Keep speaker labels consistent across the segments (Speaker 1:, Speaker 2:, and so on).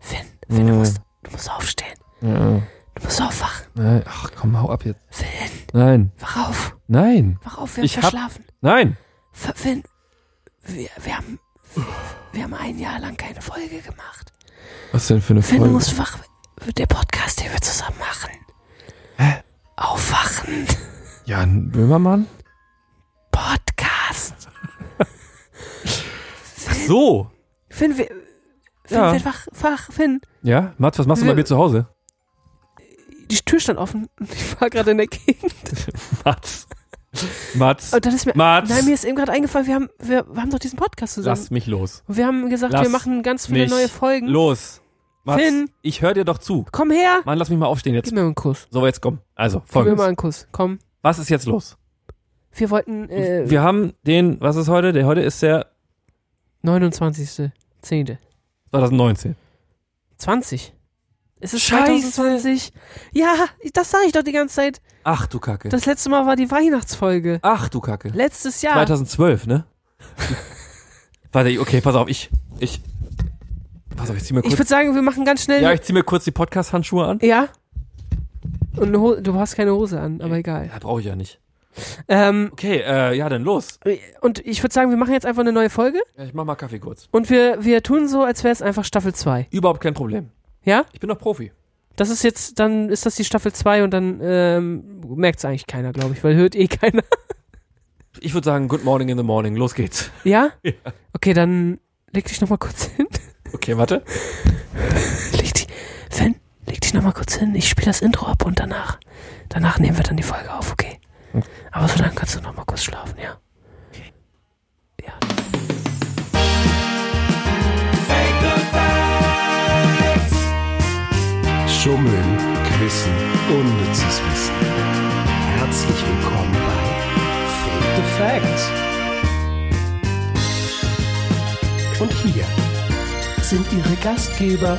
Speaker 1: Finn,
Speaker 2: Äh.
Speaker 1: du, musst, du musst aufstehen.
Speaker 2: Ja.
Speaker 1: Du musst aufwachen.
Speaker 2: Nein. Ach komm, hau ab jetzt.
Speaker 1: Finn,
Speaker 2: Nein.
Speaker 1: wach auf.
Speaker 2: Nein.
Speaker 1: Wach auf, wir haben
Speaker 2: Ich hab-
Speaker 1: verschlafen.
Speaker 2: Nein.
Speaker 1: F Finn, wir, wir, haben, wir haben ein Jahr lang keine Folge gemacht.
Speaker 2: Was denn für eine
Speaker 1: Finn, du
Speaker 2: Folge?
Speaker 1: musst wach. Der Podcast, den wir zusammen machen.
Speaker 2: Hä?
Speaker 1: Aufwachen.
Speaker 2: Jan Böhmermann?
Speaker 1: Podcast. Finn,
Speaker 2: So.
Speaker 1: Finn, wir, Finn,
Speaker 2: Ja.
Speaker 1: Finn, wach, wach, Finn.
Speaker 2: Ja, Mats, was machst du bei
Speaker 1: Wir-
Speaker 2: mir zu Hause?
Speaker 1: Die Tür stand offen und ich war gerade in der Gegend.
Speaker 2: Mats. Mats.
Speaker 1: Und dann ist mir,
Speaker 2: Mats.
Speaker 1: nein, mir ist eben gerade eingefallen, wir haben, wir, wir haben doch diesen Podcast zusammen.
Speaker 2: Lass mich los.
Speaker 1: Und wir haben gesagt,
Speaker 2: Lass
Speaker 1: wir machen ganz viele
Speaker 2: mich
Speaker 1: neue Folgen.
Speaker 2: Los. Mats,
Speaker 1: Finn.
Speaker 2: ich höre dir doch zu.
Speaker 1: Komm her.
Speaker 2: Mann, lass mich mal aufstehen
Speaker 1: Gib
Speaker 2: jetzt.
Speaker 1: mir mal einen Kuss.
Speaker 2: So, jetzt komm. Also,
Speaker 1: Gib mir mal
Speaker 2: folgendes.
Speaker 1: einen Kuss. Komm.
Speaker 2: Was ist jetzt los?
Speaker 1: Wir wollten äh,
Speaker 2: Wir haben den, was ist heute? Der heute ist der
Speaker 1: 29.10.
Speaker 2: 2019.
Speaker 1: 20. Ist es
Speaker 2: Scheiße.
Speaker 1: 2020? Ja, das sage ich doch die ganze Zeit.
Speaker 2: Ach du Kacke.
Speaker 1: Das letzte Mal war die Weihnachtsfolge.
Speaker 2: Ach du Kacke.
Speaker 1: Letztes Jahr.
Speaker 2: 2012, ne? Warte, ich- okay, pass auf, ich, ich, pass auf, ich zieh mir
Speaker 1: Ich
Speaker 2: kurz,
Speaker 1: würde sagen, wir machen ganz schnell.
Speaker 2: ja, ich zieh mir kurz die Podcast-Handschuhe an.
Speaker 1: Ja? Und eine Hose, du hast keine Hose an, aber egal.
Speaker 2: Ja, brauche ich ja nicht.
Speaker 1: Ähm,
Speaker 2: Okay, äh, ja, dann los.
Speaker 1: und ich würde sagen, wir machen jetzt einfach eine neue Folge
Speaker 2: Ja, ich mach mal Kaffee kurz.
Speaker 1: und wir, wir tun so, als wäre es einfach Staffel 2.
Speaker 2: Überhaupt kein Problem.
Speaker 1: Ja?
Speaker 2: Ich bin doch Profi.
Speaker 1: Das ist jetzt, dann ist das die Staffel 2 und dann ähm, merkt es eigentlich keiner, glaube ich, weil hört eh keiner.
Speaker 2: Ich würde sagen, good morning in the morning. Los geht's.
Speaker 1: Ja?
Speaker 2: Ja.
Speaker 1: Okay, dann leg dich nochmal kurz hin.
Speaker 2: Okay, warte.
Speaker 1: Leg dich, Finn, leg dich nochmal kurz hin. Ich spiele das Intro ab und danach, danach nehmen wir dann die Folge auf, okay?
Speaker 2: Hm.
Speaker 1: Aber so lange kannst du nochmal kurz schlafen, ja? Ja.
Speaker 3: Schummeln, Quissen, unnützes Wissen. Herzlich willkommen bei Fake the Facts. Und hier sind ihre Gastgeber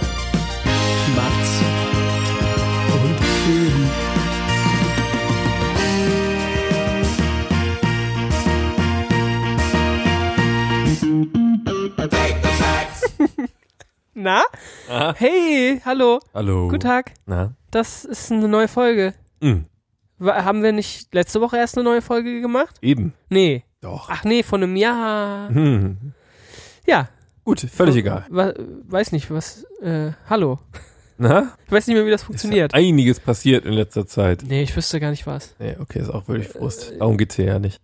Speaker 3: Mats und Finn.
Speaker 1: Na?
Speaker 2: Aha.
Speaker 1: Hey, hallo.
Speaker 2: Hallo.
Speaker 1: Guten Tag.
Speaker 2: Na?
Speaker 1: Das ist eine neue Folge.
Speaker 2: Mm,
Speaker 1: Wa- Haben wir nicht letzte Woche erst eine neue Folge gemacht?
Speaker 2: eben.
Speaker 1: Nee.
Speaker 2: Doch.
Speaker 1: Ach nee, von einem Jahr.
Speaker 2: Hm.
Speaker 1: Ja.
Speaker 2: Gut, völlig egal.
Speaker 1: Wa- weiß nicht, was. Äh, hallo.
Speaker 2: Na?
Speaker 1: Ich weiß nicht mehr, wie das
Speaker 2: Ist
Speaker 1: funktioniert.
Speaker 2: einiges passiert in letzter Zeit.
Speaker 1: Nee, ich wüsste gar nicht was.
Speaker 2: Nee, okay, ist auch wirklich
Speaker 1: Äh,
Speaker 2: Frust. Darum geht's hier ja nicht.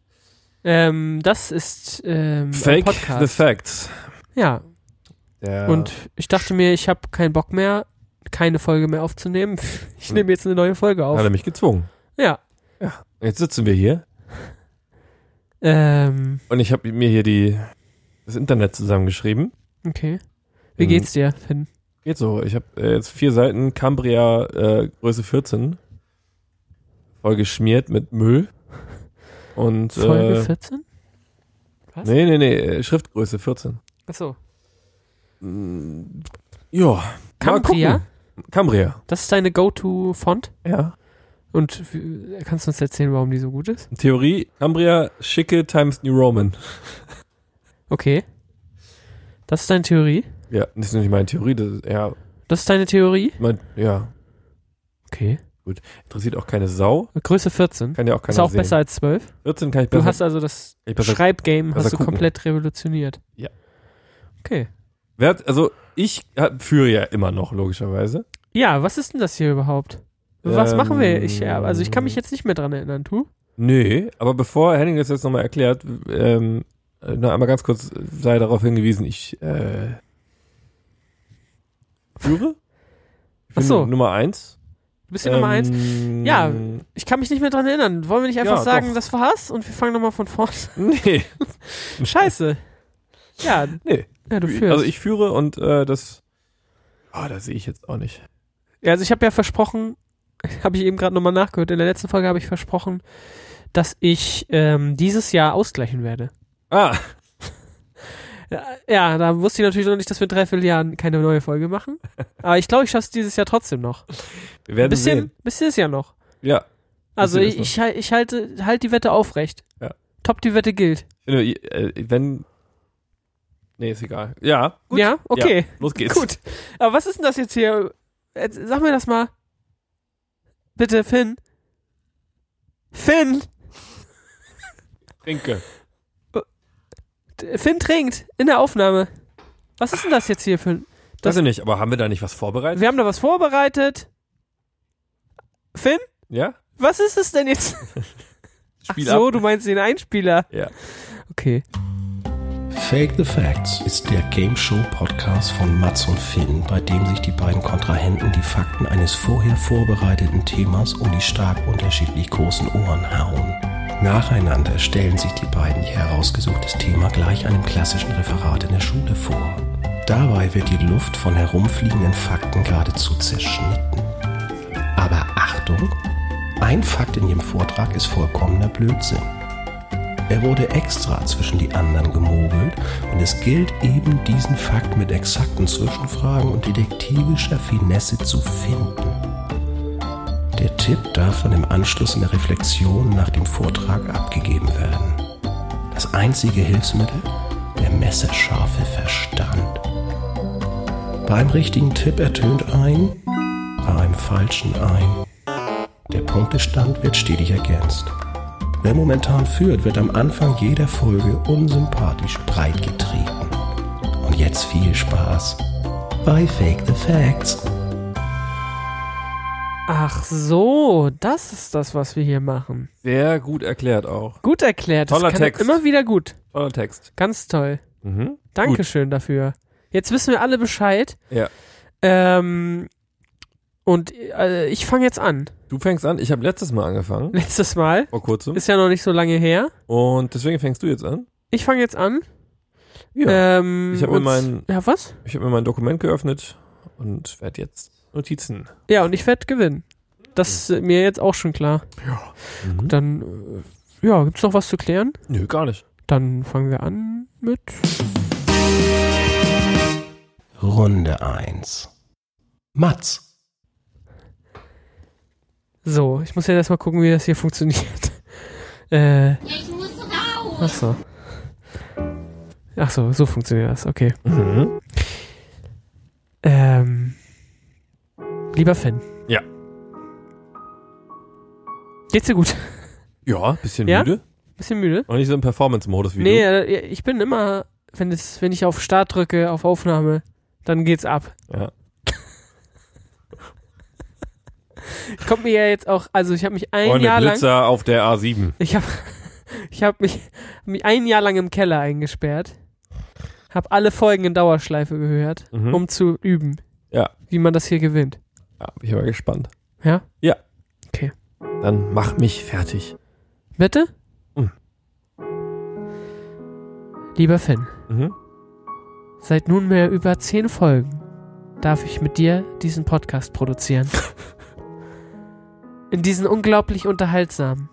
Speaker 1: Ähm, das ist ähm, ein
Speaker 2: Fake
Speaker 1: Podcast.
Speaker 2: the facts.
Speaker 1: ja,
Speaker 2: Ja.
Speaker 1: und ich dachte mir, ich habe keinen Bock mehr, keine Folge mehr aufzunehmen. Ich nehme jetzt eine neue Folge
Speaker 2: Hat
Speaker 1: auf.
Speaker 2: er mich gezwungen.
Speaker 1: Ja.
Speaker 2: Jetzt sitzen wir hier
Speaker 1: Ähm,
Speaker 2: und ich habe mir hier die, das Internet zusammengeschrieben.
Speaker 1: okay. Wie
Speaker 2: Mhm.
Speaker 1: geht's dir, Finn?
Speaker 2: Geht so. Ich habe äh, jetzt vier Seiten Cambria äh, Größe 14 voll geschmiert mit Müll. Und
Speaker 1: Folge
Speaker 2: äh,
Speaker 1: 14? Was?
Speaker 2: nee, nee, nee, äh, Schriftgröße 14.
Speaker 1: Achso.
Speaker 2: Ja. mal
Speaker 1: Cambria?
Speaker 2: gucken. Cambria.
Speaker 1: Das ist deine Go-To-Font?
Speaker 2: Ja.
Speaker 1: Und w- kannst du uns erzählen, warum die so gut ist?
Speaker 2: Theorie Cambria schicke times New Roman.
Speaker 1: Okay. Das ist deine Theorie?
Speaker 2: Ja, das ist nicht meine Theorie, das ist, ja,
Speaker 1: Das ist deine Theorie?
Speaker 2: mein, ja,
Speaker 1: Okay.
Speaker 2: interessiert auch keine Sau,
Speaker 1: Größe 14.
Speaker 2: kann ja auch keiner
Speaker 1: Ist auch
Speaker 2: sehen.
Speaker 1: besser als 12.
Speaker 2: 14 kann ich
Speaker 1: Du
Speaker 2: besser.
Speaker 1: hast also das
Speaker 2: ich besser
Speaker 1: Schreibgame
Speaker 2: besser
Speaker 1: hast du
Speaker 2: gucken.
Speaker 1: komplett revolutioniert.
Speaker 2: Ja.
Speaker 1: Okay.
Speaker 2: Wer hat, also ich hab- führe ja immer noch, logischerweise.
Speaker 1: Ja, was ist denn das hier überhaupt? Was
Speaker 2: Ähm,
Speaker 1: machen wir? Ich, ja, also ich kann mich jetzt nicht mehr dran erinnern, du?
Speaker 2: Nee, aber bevor Henning das jetzt nochmal erklärt, ähm, äh, noch einmal ganz kurz äh, sei darauf hingewiesen, ich äh, führe. Ich
Speaker 1: Ach
Speaker 2: bin
Speaker 1: so.
Speaker 2: Nummer eins.
Speaker 1: Du bist hier Nummer eins.
Speaker 2: Ähm,
Speaker 1: Ja. Ich kann mich nicht mehr dran erinnern. Wollen wir nicht einfach
Speaker 2: Ja,
Speaker 1: sagen,
Speaker 2: doch.
Speaker 1: das war's und wir fangen nochmal von vorne an?
Speaker 2: Nee.
Speaker 1: Scheiße. Ja,
Speaker 2: Nee.
Speaker 1: ja du führst.
Speaker 2: Also ich führe und äh, das. Ah, da sehe ich jetzt auch nicht.
Speaker 1: ja, also ich habe ja versprochen, habe ich eben gerade nochmal nachgehört, in der letzten Folge habe ich versprochen, dass ich ähm, dieses Jahr ausgleichen werde.
Speaker 2: Ah,
Speaker 1: Ja, da wusste ich natürlich noch nicht, dass wir in dreiviertel Jahren keine neue Folge machen. Aber ich glaube, ich schaff's dieses Jahr trotzdem noch.
Speaker 2: wir werden
Speaker 1: Ein bisschen,
Speaker 2: sehen.
Speaker 1: bisschen ist ja noch.
Speaker 2: Ja.
Speaker 1: Also
Speaker 2: Bisschen
Speaker 1: ich,
Speaker 2: ist
Speaker 1: ich, hal- ich halte halt die Wette aufrecht.
Speaker 2: Ja.
Speaker 1: Top die Wette gilt.
Speaker 2: Ich finde, äh, Wenn äh, Nee, ist egal. Ja, gut.
Speaker 1: Ja, okay.
Speaker 2: los geht's.
Speaker 1: Gut. Aber was ist denn das jetzt hier? Jetzt Sag mir das mal. Bitte, Finn. Finn!
Speaker 2: Trinke.
Speaker 1: D- Finn trinkt in der Aufnahme. Was ist denn das jetzt hier für ein. Das-
Speaker 2: Weiß ich nicht, aber haben wir da nicht was vorbereitet?
Speaker 1: Wir haben da was vorbereitet. Finn,
Speaker 2: Ja?
Speaker 1: was ist es denn jetzt? Ach
Speaker 2: Spiel
Speaker 1: so,
Speaker 2: ab.
Speaker 1: du meinst den Einspieler.
Speaker 2: Ja.
Speaker 1: Okay.
Speaker 3: Fake the Facts ist der Game Show Podcast von Mats und Finn, bei dem sich die beiden Kontrahenten die Fakten eines vorher vorbereiteten Themas um die stark unterschiedlich großen Ohren hauen. Nacheinander stellen sich die beiden ihr herausgesuchtes Thema gleich einem klassischen Referat in der Schule vor. Dabei wird die Luft von herumfliegenden Fakten geradezu zerschnitten. Aber Achtung! Ein Fakt in ihrem Vortrag ist vollkommener Blödsinn. Er wurde extra zwischen die anderen gemogelt und es gilt eben diesen Fakt mit exakten Zwischenfragen und detektivischer Finesse zu finden. Der Tipp darf dann im Anschluss in der Reflexion nach dem Vortrag abgegeben werden. Das einzige Hilfsmittel? Der messerscharfe Verstand. Beim richtigen Tipp ertönt ein, bei einem falschen ein. Der Punktestand wird stetig ergänzt. Wer momentan führt, wird am Anfang jeder Folge unsympathisch breitgetreten. Und jetzt viel Spaß bei Fake the Facts.
Speaker 1: Ach so, das ist das, was wir hier machen.
Speaker 2: Sehr gut erklärt auch.
Speaker 1: Gut erklärt. Das
Speaker 2: Toller
Speaker 1: kann
Speaker 2: Text.
Speaker 1: Immer wieder gut.
Speaker 2: Toller Text.
Speaker 1: Ganz toll.
Speaker 2: Mhm.
Speaker 1: Dankeschön dafür. Jetzt wissen wir alle Bescheid.
Speaker 2: Ja.
Speaker 1: Ähm, und äh, ich fange jetzt an.
Speaker 2: Du fängst an. Ich habe letztes Mal angefangen.
Speaker 1: Letztes Mal.
Speaker 2: Vor kurzem.
Speaker 1: Ist ja noch nicht so lange her.
Speaker 2: Und deswegen fängst du jetzt an.
Speaker 1: Ich fange jetzt an.
Speaker 2: Ja.
Speaker 1: Ähm,
Speaker 2: Ich hab mir
Speaker 1: und-
Speaker 2: meinen-
Speaker 1: Ja, was?
Speaker 2: Ich habe mir mein Dokument geöffnet und werde jetzt Notizen.
Speaker 1: Ja, und ich werde gewinnen. Das ist mir jetzt auch schon klar.
Speaker 2: Mhm.
Speaker 1: Dann, äh, ja, gibt's noch was zu klären?
Speaker 2: Nö, gar nicht.
Speaker 1: Dann fangen wir an mit.
Speaker 3: Runde 1. Mats.
Speaker 1: So, ich muss ja erstmal gucken, wie das hier funktioniert. Äh,
Speaker 4: Ich muss raus.
Speaker 1: ach so. Ach so, so funktioniert das, okay.
Speaker 2: Mhm.
Speaker 1: Ähm, lieber Finn.
Speaker 2: Ja.
Speaker 1: Geht's dir gut?
Speaker 2: Ja, bisschen
Speaker 1: Ja?
Speaker 2: müde.
Speaker 1: Bisschen müde?
Speaker 2: Noch nicht so im Performance-Modus wie
Speaker 1: nee,
Speaker 2: du.
Speaker 1: äh, ich bin immer, wenn, es, wenn ich auf Start drücke, auf Aufnahme, dann geht's ab.
Speaker 2: Ja.
Speaker 1: Kommt mir ja jetzt auch, also ich habe mich ein
Speaker 2: Freunde,
Speaker 1: Jahr lang.
Speaker 2: Blitzer auf der A7.
Speaker 1: Ich habe ich hab mich, mich ein Jahr lang im Keller eingesperrt, habe alle Folgen in Dauerschleife gehört,
Speaker 2: Mhm.
Speaker 1: um zu üben,
Speaker 2: Ja.
Speaker 1: wie man das hier gewinnt.
Speaker 2: ja, bin ich aber gespannt.
Speaker 1: Ja?
Speaker 2: Ja.
Speaker 1: Okay.
Speaker 2: Dann mach mich fertig.
Speaker 1: Bitte?
Speaker 2: Mhm.
Speaker 1: Lieber Finn,
Speaker 2: Mhm.
Speaker 1: seit nunmehr über zehn Folgen darf ich mit dir diesen Podcast produzieren. In diesen unglaublich unterhaltsamen,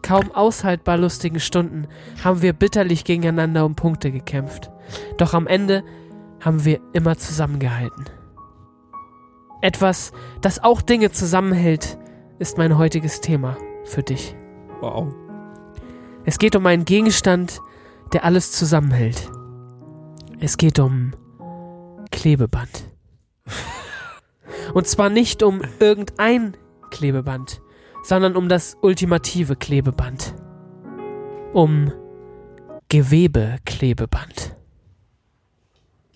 Speaker 1: kaum aushaltbar lustigen Stunden haben wir bitterlich gegeneinander um Punkte gekämpft. Doch am Ende haben wir immer zusammengehalten. Etwas, das auch Dinge zusammenhält, ist mein heutiges Thema für dich.
Speaker 2: Wow.
Speaker 1: Es geht um einen Gegenstand, der alles zusammenhält. Es geht um Klebeband. Und zwar nicht um irgendein Klebeband, sondern um das ultimative Klebeband. Um Gewebeklebeband.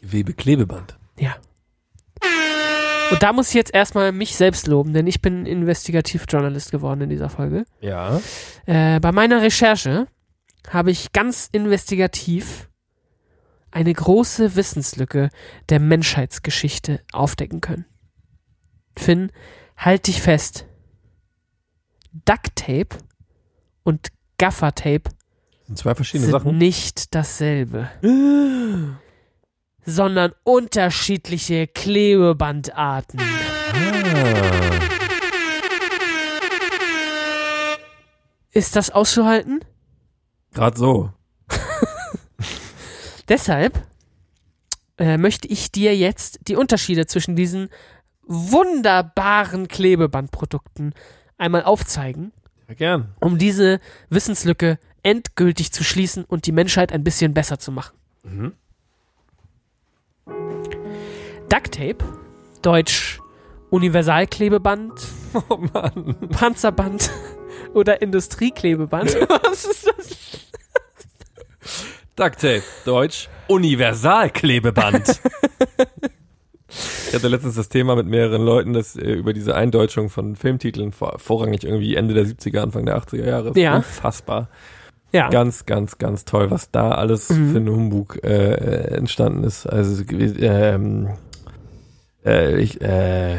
Speaker 2: Gewebeklebeband.
Speaker 1: Ja. Und da muss ich jetzt erstmal mich selbst loben, denn ich bin Investigativjournalist geworden in dieser Folge.
Speaker 2: Ja.
Speaker 1: Äh, bei meiner Recherche habe ich ganz investigativ eine große Wissenslücke der Menschheitsgeschichte aufdecken können. Finn, halt dich fest. Duct Tape und Gaffer Tape
Speaker 2: Das sind zwei verschiedene
Speaker 1: sind
Speaker 2: Sachen.
Speaker 1: nicht dasselbe, sondern unterschiedliche Klebebandarten.
Speaker 2: Ah.
Speaker 1: Ist das auszuhalten?
Speaker 2: Gerade so.
Speaker 1: Deshalb äh, möchte ich dir jetzt die Unterschiede zwischen diesen wunderbaren Klebebandprodukten einmal aufzeigen,
Speaker 2: Ja, gern.
Speaker 1: um diese Wissenslücke endgültig zu schließen und die Menschheit ein bisschen besser zu machen. Duct Tape, Deutsch Universalklebeband,
Speaker 2: Oh Mann.
Speaker 1: Panzerband oder Industrieklebeband. Was ist das?
Speaker 2: Duct Tape, Deutsch, Universalklebeband. ich hatte letztens das Thema mit mehreren Leuten, dass äh, über diese Eindeutschung von Filmtiteln vor, vorrangig irgendwie Ende der 70er, Anfang der 80er Jahre. ist
Speaker 1: Ja.
Speaker 2: Unfassbar.
Speaker 1: Ja.
Speaker 2: Ganz, ganz, ganz toll, was da alles
Speaker 1: Mhm.
Speaker 2: für ein Humbug äh, äh, entstanden ist. Also äh, ähm, äh, ich, äh,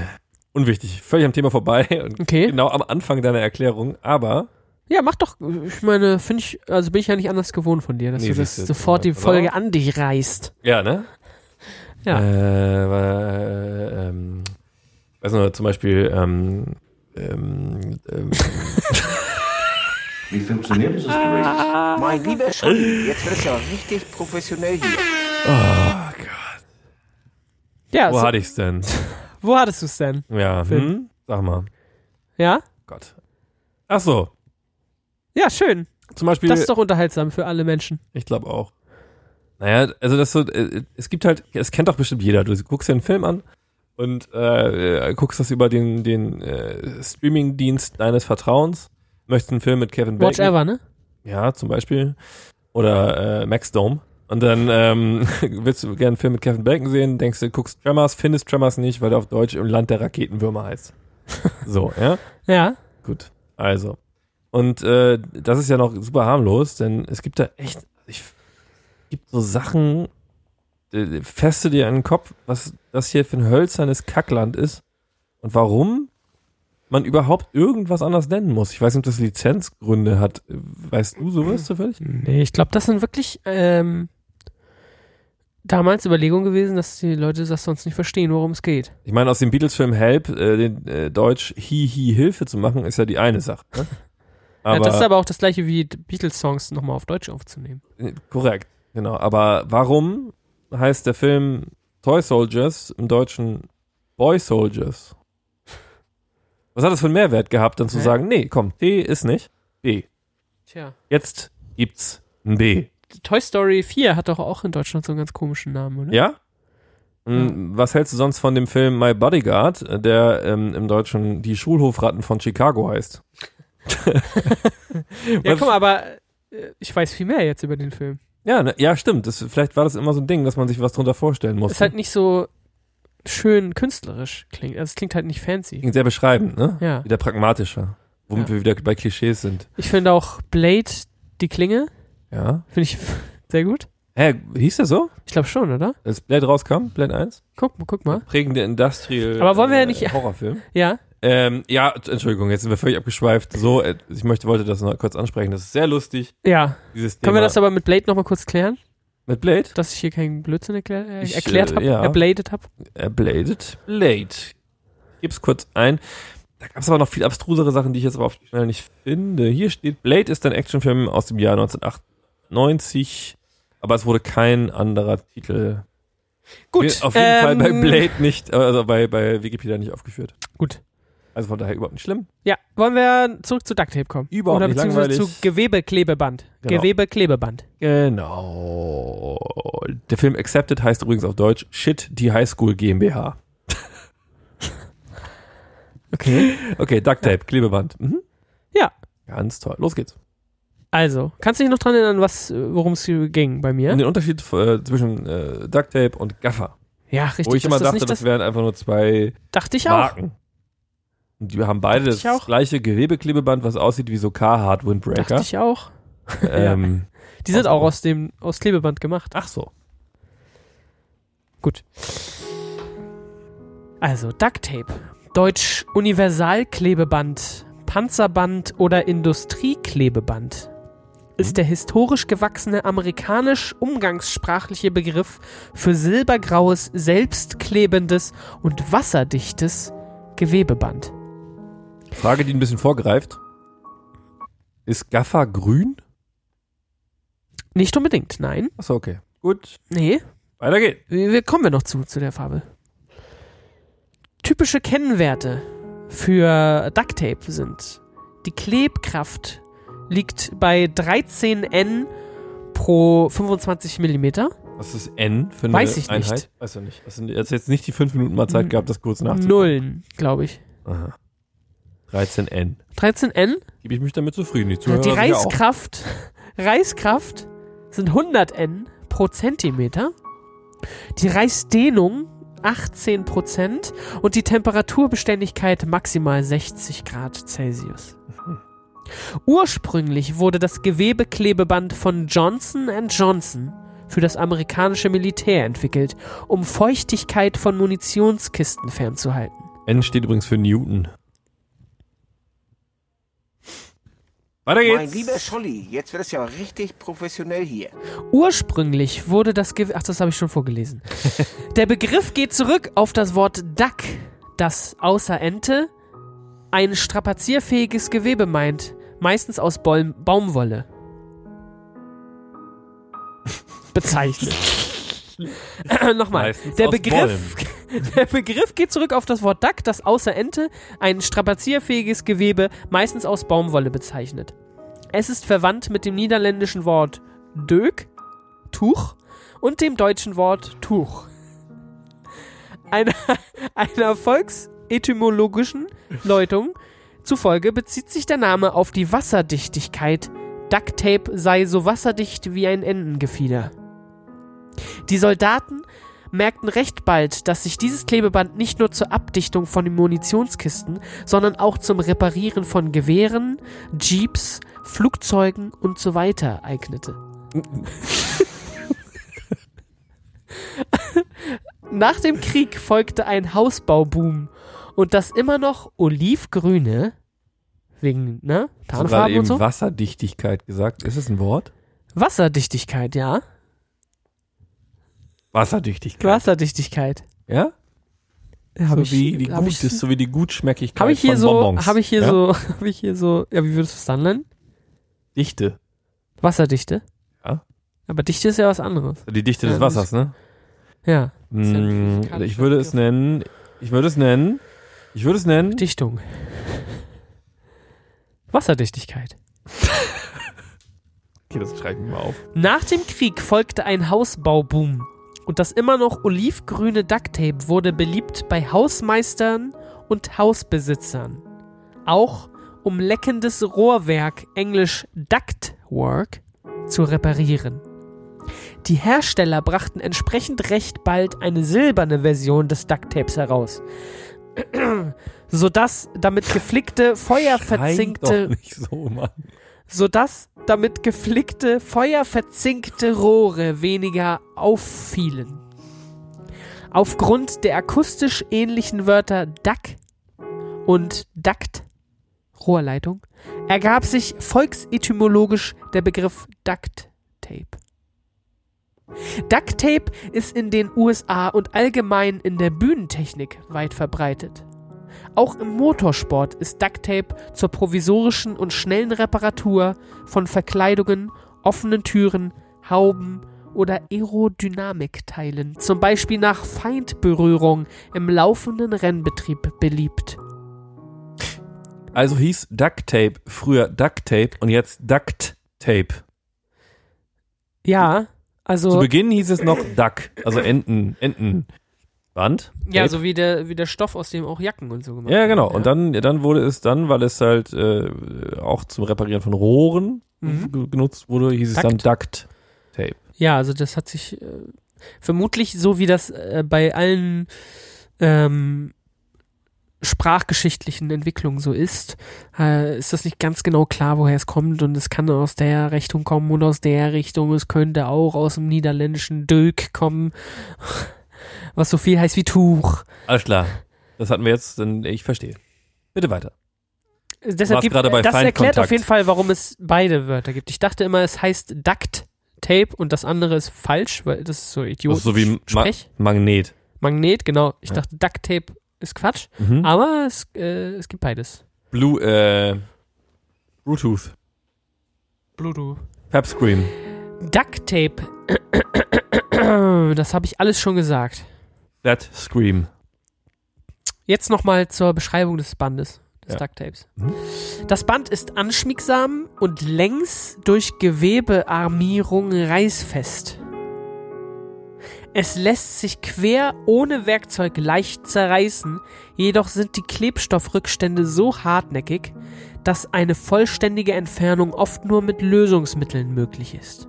Speaker 2: unwichtig, völlig am Thema vorbei und
Speaker 1: Okay.
Speaker 2: genau am Anfang deiner Erklärung, aber
Speaker 1: Ja, mach doch. Ich meine, finde ich, also bin ich ja nicht anders gewohnt von dir, dass
Speaker 2: Nee,
Speaker 1: du das
Speaker 2: siehst du,
Speaker 1: sofort die
Speaker 2: genau.
Speaker 1: Folge an dich reißt.
Speaker 2: ja, ne?
Speaker 1: Ja.
Speaker 2: Äh, weil, äh, ähm, weiß noch, zum Beispiel, ähm, ähm, ähm,
Speaker 4: Wie funktioniert dieses Gerät?
Speaker 5: Mein lieber Scholli, jetzt wird es ja richtig professionell hier.
Speaker 1: Ja,
Speaker 2: wo
Speaker 1: so,
Speaker 2: hatte ich's denn?
Speaker 1: wo hattest du es denn?
Speaker 2: Ja,
Speaker 1: Film.
Speaker 2: hm? sag mal.
Speaker 1: Ja?
Speaker 2: Gott. Ach so,
Speaker 1: Ja, schön.
Speaker 2: zum Beispiel.
Speaker 1: Das ist doch unterhaltsam für alle Menschen.
Speaker 2: Ich glaube auch. Naja, also das so, äh, es gibt halt, es kennt doch bestimmt jeder. Du guckst dir einen Film an und äh, äh, guckst das über den, den äh, Streaming-Dienst deines Vertrauens. Möchtest einen Film mit Kevin Bacon.
Speaker 1: Watch ever, ne?
Speaker 2: Ja, zum Beispiel. Oder äh, Max Dome. Und dann ähm, willst du gerne einen Film mit Kevin Bacon sehen, denkst du, guckst Tremors, findest Tremors nicht, weil der auf Deutsch im Land der Raketenwürmer heißt. so, ja.
Speaker 1: Ja.
Speaker 2: Gut, also. Und äh, das ist ja noch super harmlos, denn es gibt da echt, ich, gibt so Sachen, äh, feste dir an den Kopf, was das hier für ein hölzernes Kackland ist und warum man überhaupt irgendwas anders nennen muss. Ich weiß nicht, ob das Lizenzgründe hat. Weißt du sowas zufällig?
Speaker 1: Nee, ich glaube, das sind wirklich ähm, damals Überlegungen gewesen, dass die Leute das sonst nicht verstehen, worum es geht.
Speaker 2: Ich meine, aus dem Beatles-Film Help, äh, den äh, Deutsch Hi-Hi Hilfe zu machen, ist ja die eine Sache. Ne?
Speaker 1: ja, das ist aber auch das gleiche wie die Beatles-Songs nochmal auf Deutsch aufzunehmen.
Speaker 2: Äh, Korrekt, genau. Aber warum heißt der Film Toy Soldiers im Deutschen Boy Soldiers? Was hat das für einen Mehrwert gehabt, dann zu
Speaker 1: Hä?
Speaker 2: sagen, nee, komm, D ist nicht B.
Speaker 1: Tja.
Speaker 2: Jetzt gibt's ein B.
Speaker 1: Toy Story 4 hat doch auch in Deutschland so einen ganz komischen Namen, oder?
Speaker 2: Ja? Hm,
Speaker 1: Mhm.
Speaker 2: Was hältst du sonst von dem Film My Bodyguard, der ähm, im Deutschen die Schulhofratten von Chicago heißt?
Speaker 1: Ja, guck mal, aber äh, ich weiß viel mehr jetzt über den Film.
Speaker 2: Ja, ne, ja stimmt. Das, vielleicht war das immer so ein Ding, dass man sich was drunter vorstellen muss.
Speaker 1: Ist halt nicht so schön künstlerisch klingt. Also es klingt halt nicht fancy.
Speaker 2: Klingt sehr beschreibend, ne?
Speaker 1: Ja.
Speaker 2: Wieder pragmatischer. Womit
Speaker 1: Ja.
Speaker 2: wir wieder bei Klischees sind.
Speaker 1: Ich finde auch Blade, die Klinge,
Speaker 2: Ja.
Speaker 1: finde ich sehr gut.
Speaker 2: Hä, hieß der so?
Speaker 1: Ich glaube schon, oder?
Speaker 2: Als Blade rauskam, Blade 1?
Speaker 1: Guck, mal, guck mal.
Speaker 2: Prägende Industrial
Speaker 1: Aber wollen wir ja
Speaker 2: äh,
Speaker 1: nicht-
Speaker 2: Horrorfilm.
Speaker 1: Ja.
Speaker 2: Ähm, ja, t- Entschuldigung, jetzt sind wir völlig abgeschweift. So, äh, ich möchte, wollte das noch kurz ansprechen. Das ist sehr lustig,
Speaker 1: Ja.
Speaker 2: dieses Thema.
Speaker 1: Können wir das aber mit Blade nochmal kurz klären?
Speaker 2: mit Blade?
Speaker 1: Dass ich hier keinen Blödsinn erklär, äh,
Speaker 2: Ich,
Speaker 1: erklärt
Speaker 2: äh,
Speaker 1: habe,
Speaker 2: ja.
Speaker 1: erbladet habe?
Speaker 2: Er bladet. Äh, Blade. Gib's kurz ein. Da gab es aber noch viel abstrusere Sachen, die ich jetzt aber auf die Schnelle nicht finde. Hier steht, Blade ist ein Actionfilm aus dem Jahr 1998, aber es wurde kein anderer Titel
Speaker 1: Gut.
Speaker 2: Wird auf jeden Fall bei
Speaker 1: ähm,
Speaker 2: Blade nicht, also bei, bei Wikipedia nicht aufgeführt.
Speaker 1: Gut.
Speaker 2: Also von daher überhaupt nicht schlimm.
Speaker 1: Ja, wollen wir zurück zu Ducktape kommen?
Speaker 2: Überhaupt
Speaker 1: Oder
Speaker 2: nicht
Speaker 1: beziehungsweise
Speaker 2: langweilig.
Speaker 1: zu Gewebeklebeband.
Speaker 2: Genau.
Speaker 1: Gewebeklebeband.
Speaker 2: Genau. Der Film Accepted heißt übrigens auf Deutsch Shit, die Highschool GmbH.
Speaker 1: Okay.
Speaker 2: Okay, Duct Tape, Klebeband. Mhm.
Speaker 1: Ja.
Speaker 2: Ganz toll. Los geht's.
Speaker 1: Also, kannst du dich noch dran erinnern, was, äh, worum es hier ging bei mir?
Speaker 2: Und den Unterschied äh, zwischen äh, Duct Tape und Gaffer.
Speaker 1: Ja, richtig.
Speaker 2: wo ich
Speaker 1: dass
Speaker 2: immer
Speaker 1: das
Speaker 2: dachte,
Speaker 1: nicht
Speaker 2: das
Speaker 1: das,
Speaker 2: wären einfach nur zwei
Speaker 1: dachte ich auch.
Speaker 2: Marken. Und die haben beide
Speaker 1: Dachte ich
Speaker 2: das
Speaker 1: auch.
Speaker 2: gleiche Gewebeklebeband, was aussieht wie so Carhartt
Speaker 1: Dachte
Speaker 2: Windbreaker.
Speaker 1: ich auch.
Speaker 2: Ähm,
Speaker 1: Die sind
Speaker 2: Aus-
Speaker 1: auch aus dem aus Klebeband gemacht.
Speaker 2: Ach so.
Speaker 1: Gut. Also Duct Tape, Deutsch Universalklebeband, Panzerband oder Industrieklebeband
Speaker 2: Mhm.
Speaker 1: ist der historisch gewachsene amerikanisch umgangssprachliche Begriff für silbergraues, selbstklebendes und wasserdichtes Gewebeband.
Speaker 2: Frage, die ein bisschen vorgreift. Ist Gaffer grün?
Speaker 1: Nicht unbedingt, nein.
Speaker 2: Achso, okay. Gut.
Speaker 1: Nee,
Speaker 2: Weiter geht's.
Speaker 1: Wir wir kommen wir noch zu, zu der Farbe. Typische Kennwerte für Duct Tape sind die Klebkraft liegt bei 13 N pro 25 Millimeter.
Speaker 2: Was Was ist N für eine
Speaker 1: Weiß ich
Speaker 2: Einheit?
Speaker 1: nicht. Hm.
Speaker 2: Weißt du nicht. Hast du hast jetzt nicht die fünf Minuten mal Zeit gehabt, das kurz nachzudenken.
Speaker 1: Nullen, glaube ich.
Speaker 2: Aha. 13N.
Speaker 1: 13N,
Speaker 2: Gebe ich mich damit zufrieden. Die Zuhörer
Speaker 1: die
Speaker 2: sicher auch.
Speaker 1: Reißkraft, Reißkraft sind 100 N pro Zentimeter, die Reißdehnung 18 Prozent und die Temperaturbeständigkeit maximal 60 Grad Celsius.
Speaker 2: Mhm.
Speaker 1: Ursprünglich wurde das Gewebeklebeband von Johnson Johnson für das amerikanische Militär entwickelt, um Feuchtigkeit von Munitionskisten fernzuhalten.
Speaker 2: N steht übrigens für Newton. Weiter
Speaker 5: Mein
Speaker 2: geht's.
Speaker 5: lieber Scholli, jetzt wird es ja richtig professionell hier.
Speaker 1: Ursprünglich wurde das Ge Ach, das habe ich schon vorgelesen. Der Begriff geht zurück auf das Wort Duck, das außer Ente ein strapazierfähiges Gewebe meint, meistens aus Bol Baumwolle. Bezeichnet. Nochmal.
Speaker 2: Meistens
Speaker 1: der
Speaker 2: aus
Speaker 1: Begriff, der Begriff geht zurück auf das Wort Duck, das außer Ente ein strapazierfähiges Gewebe, meistens aus Baumwolle bezeichnet. Es ist verwandt mit dem niederländischen Wort Dök, Tuch, und dem deutschen Wort Tuch. Einer, einer volksetymologischen Deutung zufolge bezieht sich der Name auf die Wasserdichtigkeit. Duct Tape sei so wasserdicht wie ein Entengefieder. Die Soldaten merkten recht bald, dass sich dieses Klebeband nicht nur zur Abdichtung von den Munitionskisten, sondern auch zum Reparieren von Gewehren, Jeeps, Flugzeugen und so weiter eignete. Nach dem Krieg folgte ein Hausbauboom und das immer noch olivgrüne wegen ne
Speaker 2: Hast du gerade
Speaker 1: Tarnfarben
Speaker 2: eben
Speaker 1: und so
Speaker 2: Wasserdichtigkeit gesagt. Ist es ein Wort?
Speaker 1: Wasserdichtigkeit, ja
Speaker 2: Wasserdichtigkeit.
Speaker 1: Wasserdichtigkeit.
Speaker 2: Ja?
Speaker 1: Ja, hab
Speaker 2: so,
Speaker 1: ich,
Speaker 2: wie die
Speaker 1: hab
Speaker 2: gut
Speaker 1: ich,
Speaker 2: ist, so wie die Gutschmeckigkeit
Speaker 1: Habe ich hier
Speaker 2: von
Speaker 1: so,
Speaker 2: Bonbons.
Speaker 1: habe ich hier
Speaker 2: ja?
Speaker 1: so, habe ich hier so, ja, wie würdest du es dann nennen?
Speaker 2: Dichte.
Speaker 1: Wasserdichte?
Speaker 2: Ja.
Speaker 1: Aber Dichte ist ja was anderes.
Speaker 2: Die Dichte
Speaker 1: Ja,
Speaker 2: des Wassers, ne?
Speaker 1: Ja, ist ja ein
Speaker 2: Mm,
Speaker 1: physikalischer
Speaker 2: Ich würde es
Speaker 1: Begriff.
Speaker 2: nennen, ich würde es nennen, ich würde es nennen,
Speaker 1: Dichtung. Wasserdichtigkeit.
Speaker 2: okay, das schreiben wir mal auf.
Speaker 1: Nach dem Krieg folgte ein Hausbauboom. Und das immer noch olivgrüne Ducktape wurde beliebt bei Hausmeistern und Hausbesitzern. Auch um leckendes Rohrwerk, englisch Ductwork, zu reparieren. Die Hersteller brachten entsprechend recht bald eine silberne Version des Ducktapes heraus. sodass damit geflickte,
Speaker 2: Schrei
Speaker 1: feuerverzinkte
Speaker 2: doch nicht so, Mann.
Speaker 1: sodass damit geflickte, feuerverzinkte Rohre weniger auffielen. Aufgrund der akustisch ähnlichen Wörter Duck und Duct, Rohrleitung, ergab sich volksetymologisch der Begriff Duct Tape. Duct Tape ist in den USA und allgemein in der Bühnentechnik weit verbreitet. Auch im Motorsport ist Duct Tape zur provisorischen und schnellen Reparatur von Verkleidungen, offenen Türen, Hauben oder Aerodynamikteilen, zum Beispiel nach Feindberührung im laufenden Rennbetrieb beliebt.
Speaker 2: Also hieß Duct Tape früher Duct Tape und jetzt Duct Tape.
Speaker 1: Ja,
Speaker 2: Zu
Speaker 1: also
Speaker 2: Beginn hieß es noch Duck, also Enten, Entenband.
Speaker 1: ja,
Speaker 2: Tape.
Speaker 1: so wie der, wie der Stoff, aus dem auch Jacken und so gemacht
Speaker 2: Ja, genau.
Speaker 1: werden,
Speaker 2: Und dann, dann wurde es dann, weil es halt äh, auch zum Reparieren von Rohren
Speaker 1: Mhm.
Speaker 2: ge- genutzt wurde, hieß es
Speaker 1: Duct.
Speaker 2: dann Duct Tape.
Speaker 1: Ja, also das hat sich äh, vermutlich so wie das äh, bei allen ähm, sprachgeschichtlichen Entwicklungen so ist, äh, ist das nicht ganz genau klar, woher es kommt und es kann aus der Richtung kommen und aus der Richtung, es könnte auch aus dem niederländischen Dök kommen, was so viel heißt wie Tuch.
Speaker 2: Alles klar. Das hatten wir jetzt, denn ich verstehe. Bitte weiter.
Speaker 1: Äh,
Speaker 2: warst
Speaker 1: Deshalb gibt,
Speaker 2: gerade bei
Speaker 1: äh, das erklärt
Speaker 2: Feindkontakt.
Speaker 1: auf jeden Fall, warum es beide Wörter gibt. Ich dachte immer, es heißt Duct Tape und das andere ist falsch, weil das ist so
Speaker 2: Das
Speaker 1: idiotisch.
Speaker 2: ist so wie Ma
Speaker 1: Sprech.
Speaker 2: Magnet.
Speaker 1: Magnet, genau. Ich
Speaker 2: Ja.
Speaker 1: dachte, Duct Tape ist Quatsch,
Speaker 2: Mhm.
Speaker 1: aber es, äh, es gibt beides.
Speaker 2: Blue, äh, Bluetooth.
Speaker 1: Bluetooth.
Speaker 2: Pep Scream.
Speaker 1: Duct Tape. Das habe ich alles schon gesagt.
Speaker 2: That Scream.
Speaker 1: Jetzt nochmal zur Beschreibung des Bandes, des
Speaker 2: Ja.
Speaker 1: Duct Tapes.
Speaker 2: Mhm.
Speaker 1: Das Band ist anschmiegsam und längs durch Gewebearmierung reißfest. Es lässt sich quer ohne Werkzeug leicht zerreißen, jedoch sind die Klebstoffrückstände so hartnäckig, dass eine vollständige Entfernung oft nur mit Lösungsmitteln möglich ist.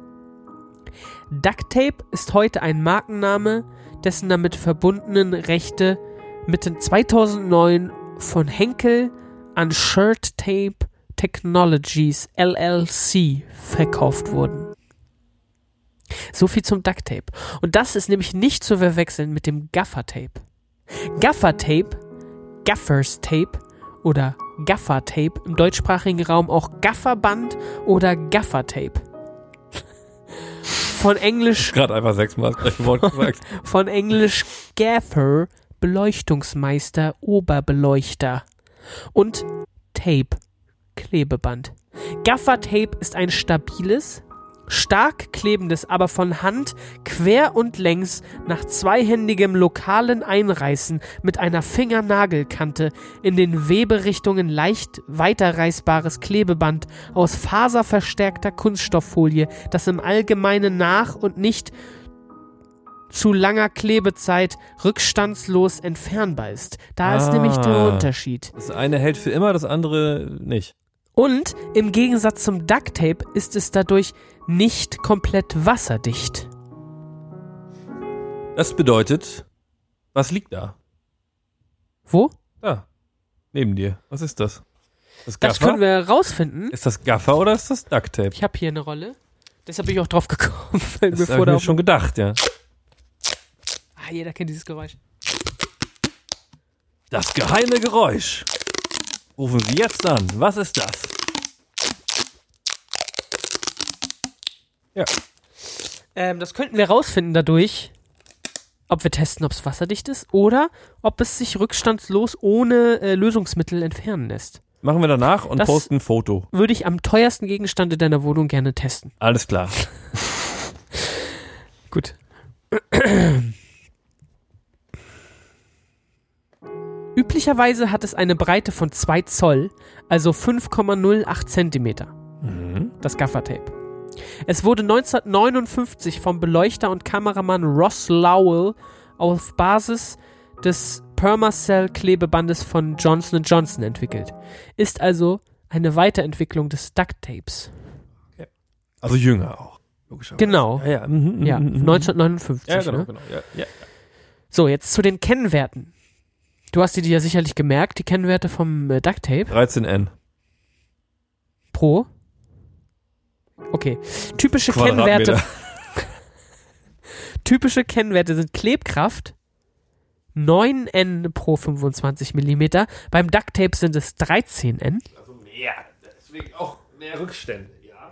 Speaker 1: Duct Tape ist heute ein Markenname, dessen damit verbundenen Rechte Mitte 2009 von Henkel an Shirt Tape Technologies LLC verkauft wurden. So viel zum Duct Tape. Und das ist nämlich nicht zu verwechseln mit dem Gaffer Tape. Gaffer Tape, Gaffers Tape oder Gaffer Tape im deutschsprachigen Raum auch Gafferband oder Gaffer Tape. Von Englisch
Speaker 2: Gerade einfach sechsmal das gleiche Wort gesagt.
Speaker 1: von Englisch Gaffer, Beleuchtungsmeister, Oberbeleuchter und Tape, Klebeband. Gaffer-Tape ist ein stabiles, stark klebendes, aber von Hand quer und längs nach zweihändigem lokalen Einreißen mit einer Fingernagelkante in den Weberichtungen leicht weiterreißbares Klebeband aus faserverstärkter Kunststofffolie, das im Allgemeinen nach und nicht zu langer Klebezeit rückstandslos entfernbar ist. Da ist
Speaker 2: Ah.
Speaker 1: nämlich der Unterschied.
Speaker 2: Das eine hält für immer, das andere nicht.
Speaker 1: Und im Gegensatz zum Duct Tape ist es dadurch nicht komplett wasserdicht.
Speaker 2: Das bedeutet, was liegt da?
Speaker 1: Wo?
Speaker 2: Da. Neben dir. Was ist das? Das Gaffer?
Speaker 1: Das können wir rausfinden.
Speaker 2: ist das Gaffer oder ist das Duct Tape?
Speaker 1: Ich habe hier eine Rolle. Deshalb bin ich auch drauf gekommen, weil
Speaker 2: Das
Speaker 1: mir
Speaker 2: habe ich
Speaker 1: vor der
Speaker 2: mir schon gedacht, ja.
Speaker 1: Ah, jeder kennt dieses Geräusch.
Speaker 2: Das geheime Geräusch. Rufen wir jetzt an. Was ist das? Ja.
Speaker 1: Ähm, das könnten wir rausfinden dadurch, ob wir testen, ob es wasserdicht ist oder ob es sich rückstandslos ohne äh, Lösungsmittel entfernen lässt.
Speaker 2: Machen wir danach und
Speaker 1: Das-
Speaker 2: posten ein Foto.
Speaker 1: Würde ich am teuersten Gegenstand in deiner Wohnung gerne testen.
Speaker 2: Alles klar.
Speaker 1: Gut. Üblicherweise hat es eine Breite von 2 Zoll, also 5,08 Zentimeter.
Speaker 2: Mhm.
Speaker 1: Das Gaffertape. Es wurde 1959 vom Beleuchter und Kameramann Ross Lowell auf Basis des Permacell-Klebebandes von Johnson Johnson entwickelt. Ist also eine Weiterentwicklung des Ducktapes.
Speaker 2: Also jünger auch. Logischerweise.
Speaker 1: Genau.
Speaker 2: Ja, ja. mhm, mhm,
Speaker 1: Ja,
Speaker 2: mhm, mhm.
Speaker 1: 1959.
Speaker 2: Ja, genau,
Speaker 1: ne?
Speaker 2: genau. Ja, ja.
Speaker 1: So, jetzt zu den Kennwerten. Du hast dir die ja sicherlich gemerkt, die Kennwerte vom äh, Duct Tape
Speaker 2: 13N.
Speaker 1: pro. Okay. Typische Kennwerte,
Speaker 2: Quadratmeter.
Speaker 1: typische Kennwerte sind Klebkraft 9N pro 25 mm. Beim Duct Tape sind es 13N.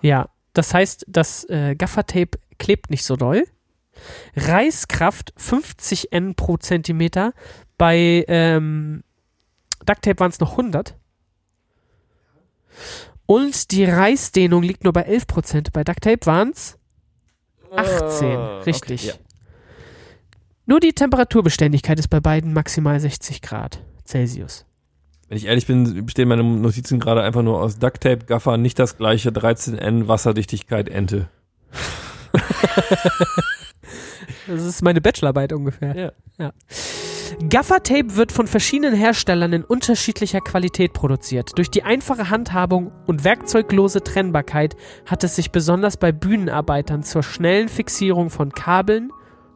Speaker 1: Ja, das heißt, das äh, Gaffertape klebt nicht so doll. Reißkraft 50 N pro Zentimeter. Bei ähm, Ducktape waren es noch 100. Und die Reißdehnung liegt nur bei 11%. Bei Ducktape waren es 18. richtig.
Speaker 2: ja.
Speaker 1: Nur die Temperaturbeständigkeit ist bei beiden maximal 60 Grad Celsius.
Speaker 2: Wenn ich ehrlich bin, bestehen meine Notizen gerade einfach nur aus Duct Tape, Gaffer, nicht das gleiche 13N, Wasserdichtigkeit, Ente.
Speaker 1: Das ist meine Bachelorarbeit ungefähr.
Speaker 2: Ja.
Speaker 1: Gaffertape wird von verschiedenen Herstellern in unterschiedlicher Qualität produziert. Durch die einfache Handhabung und werkzeuglose Trennbarkeit hat es sich besonders bei Bühnenarbeitern zur schnellen Fixierung von Kabeln,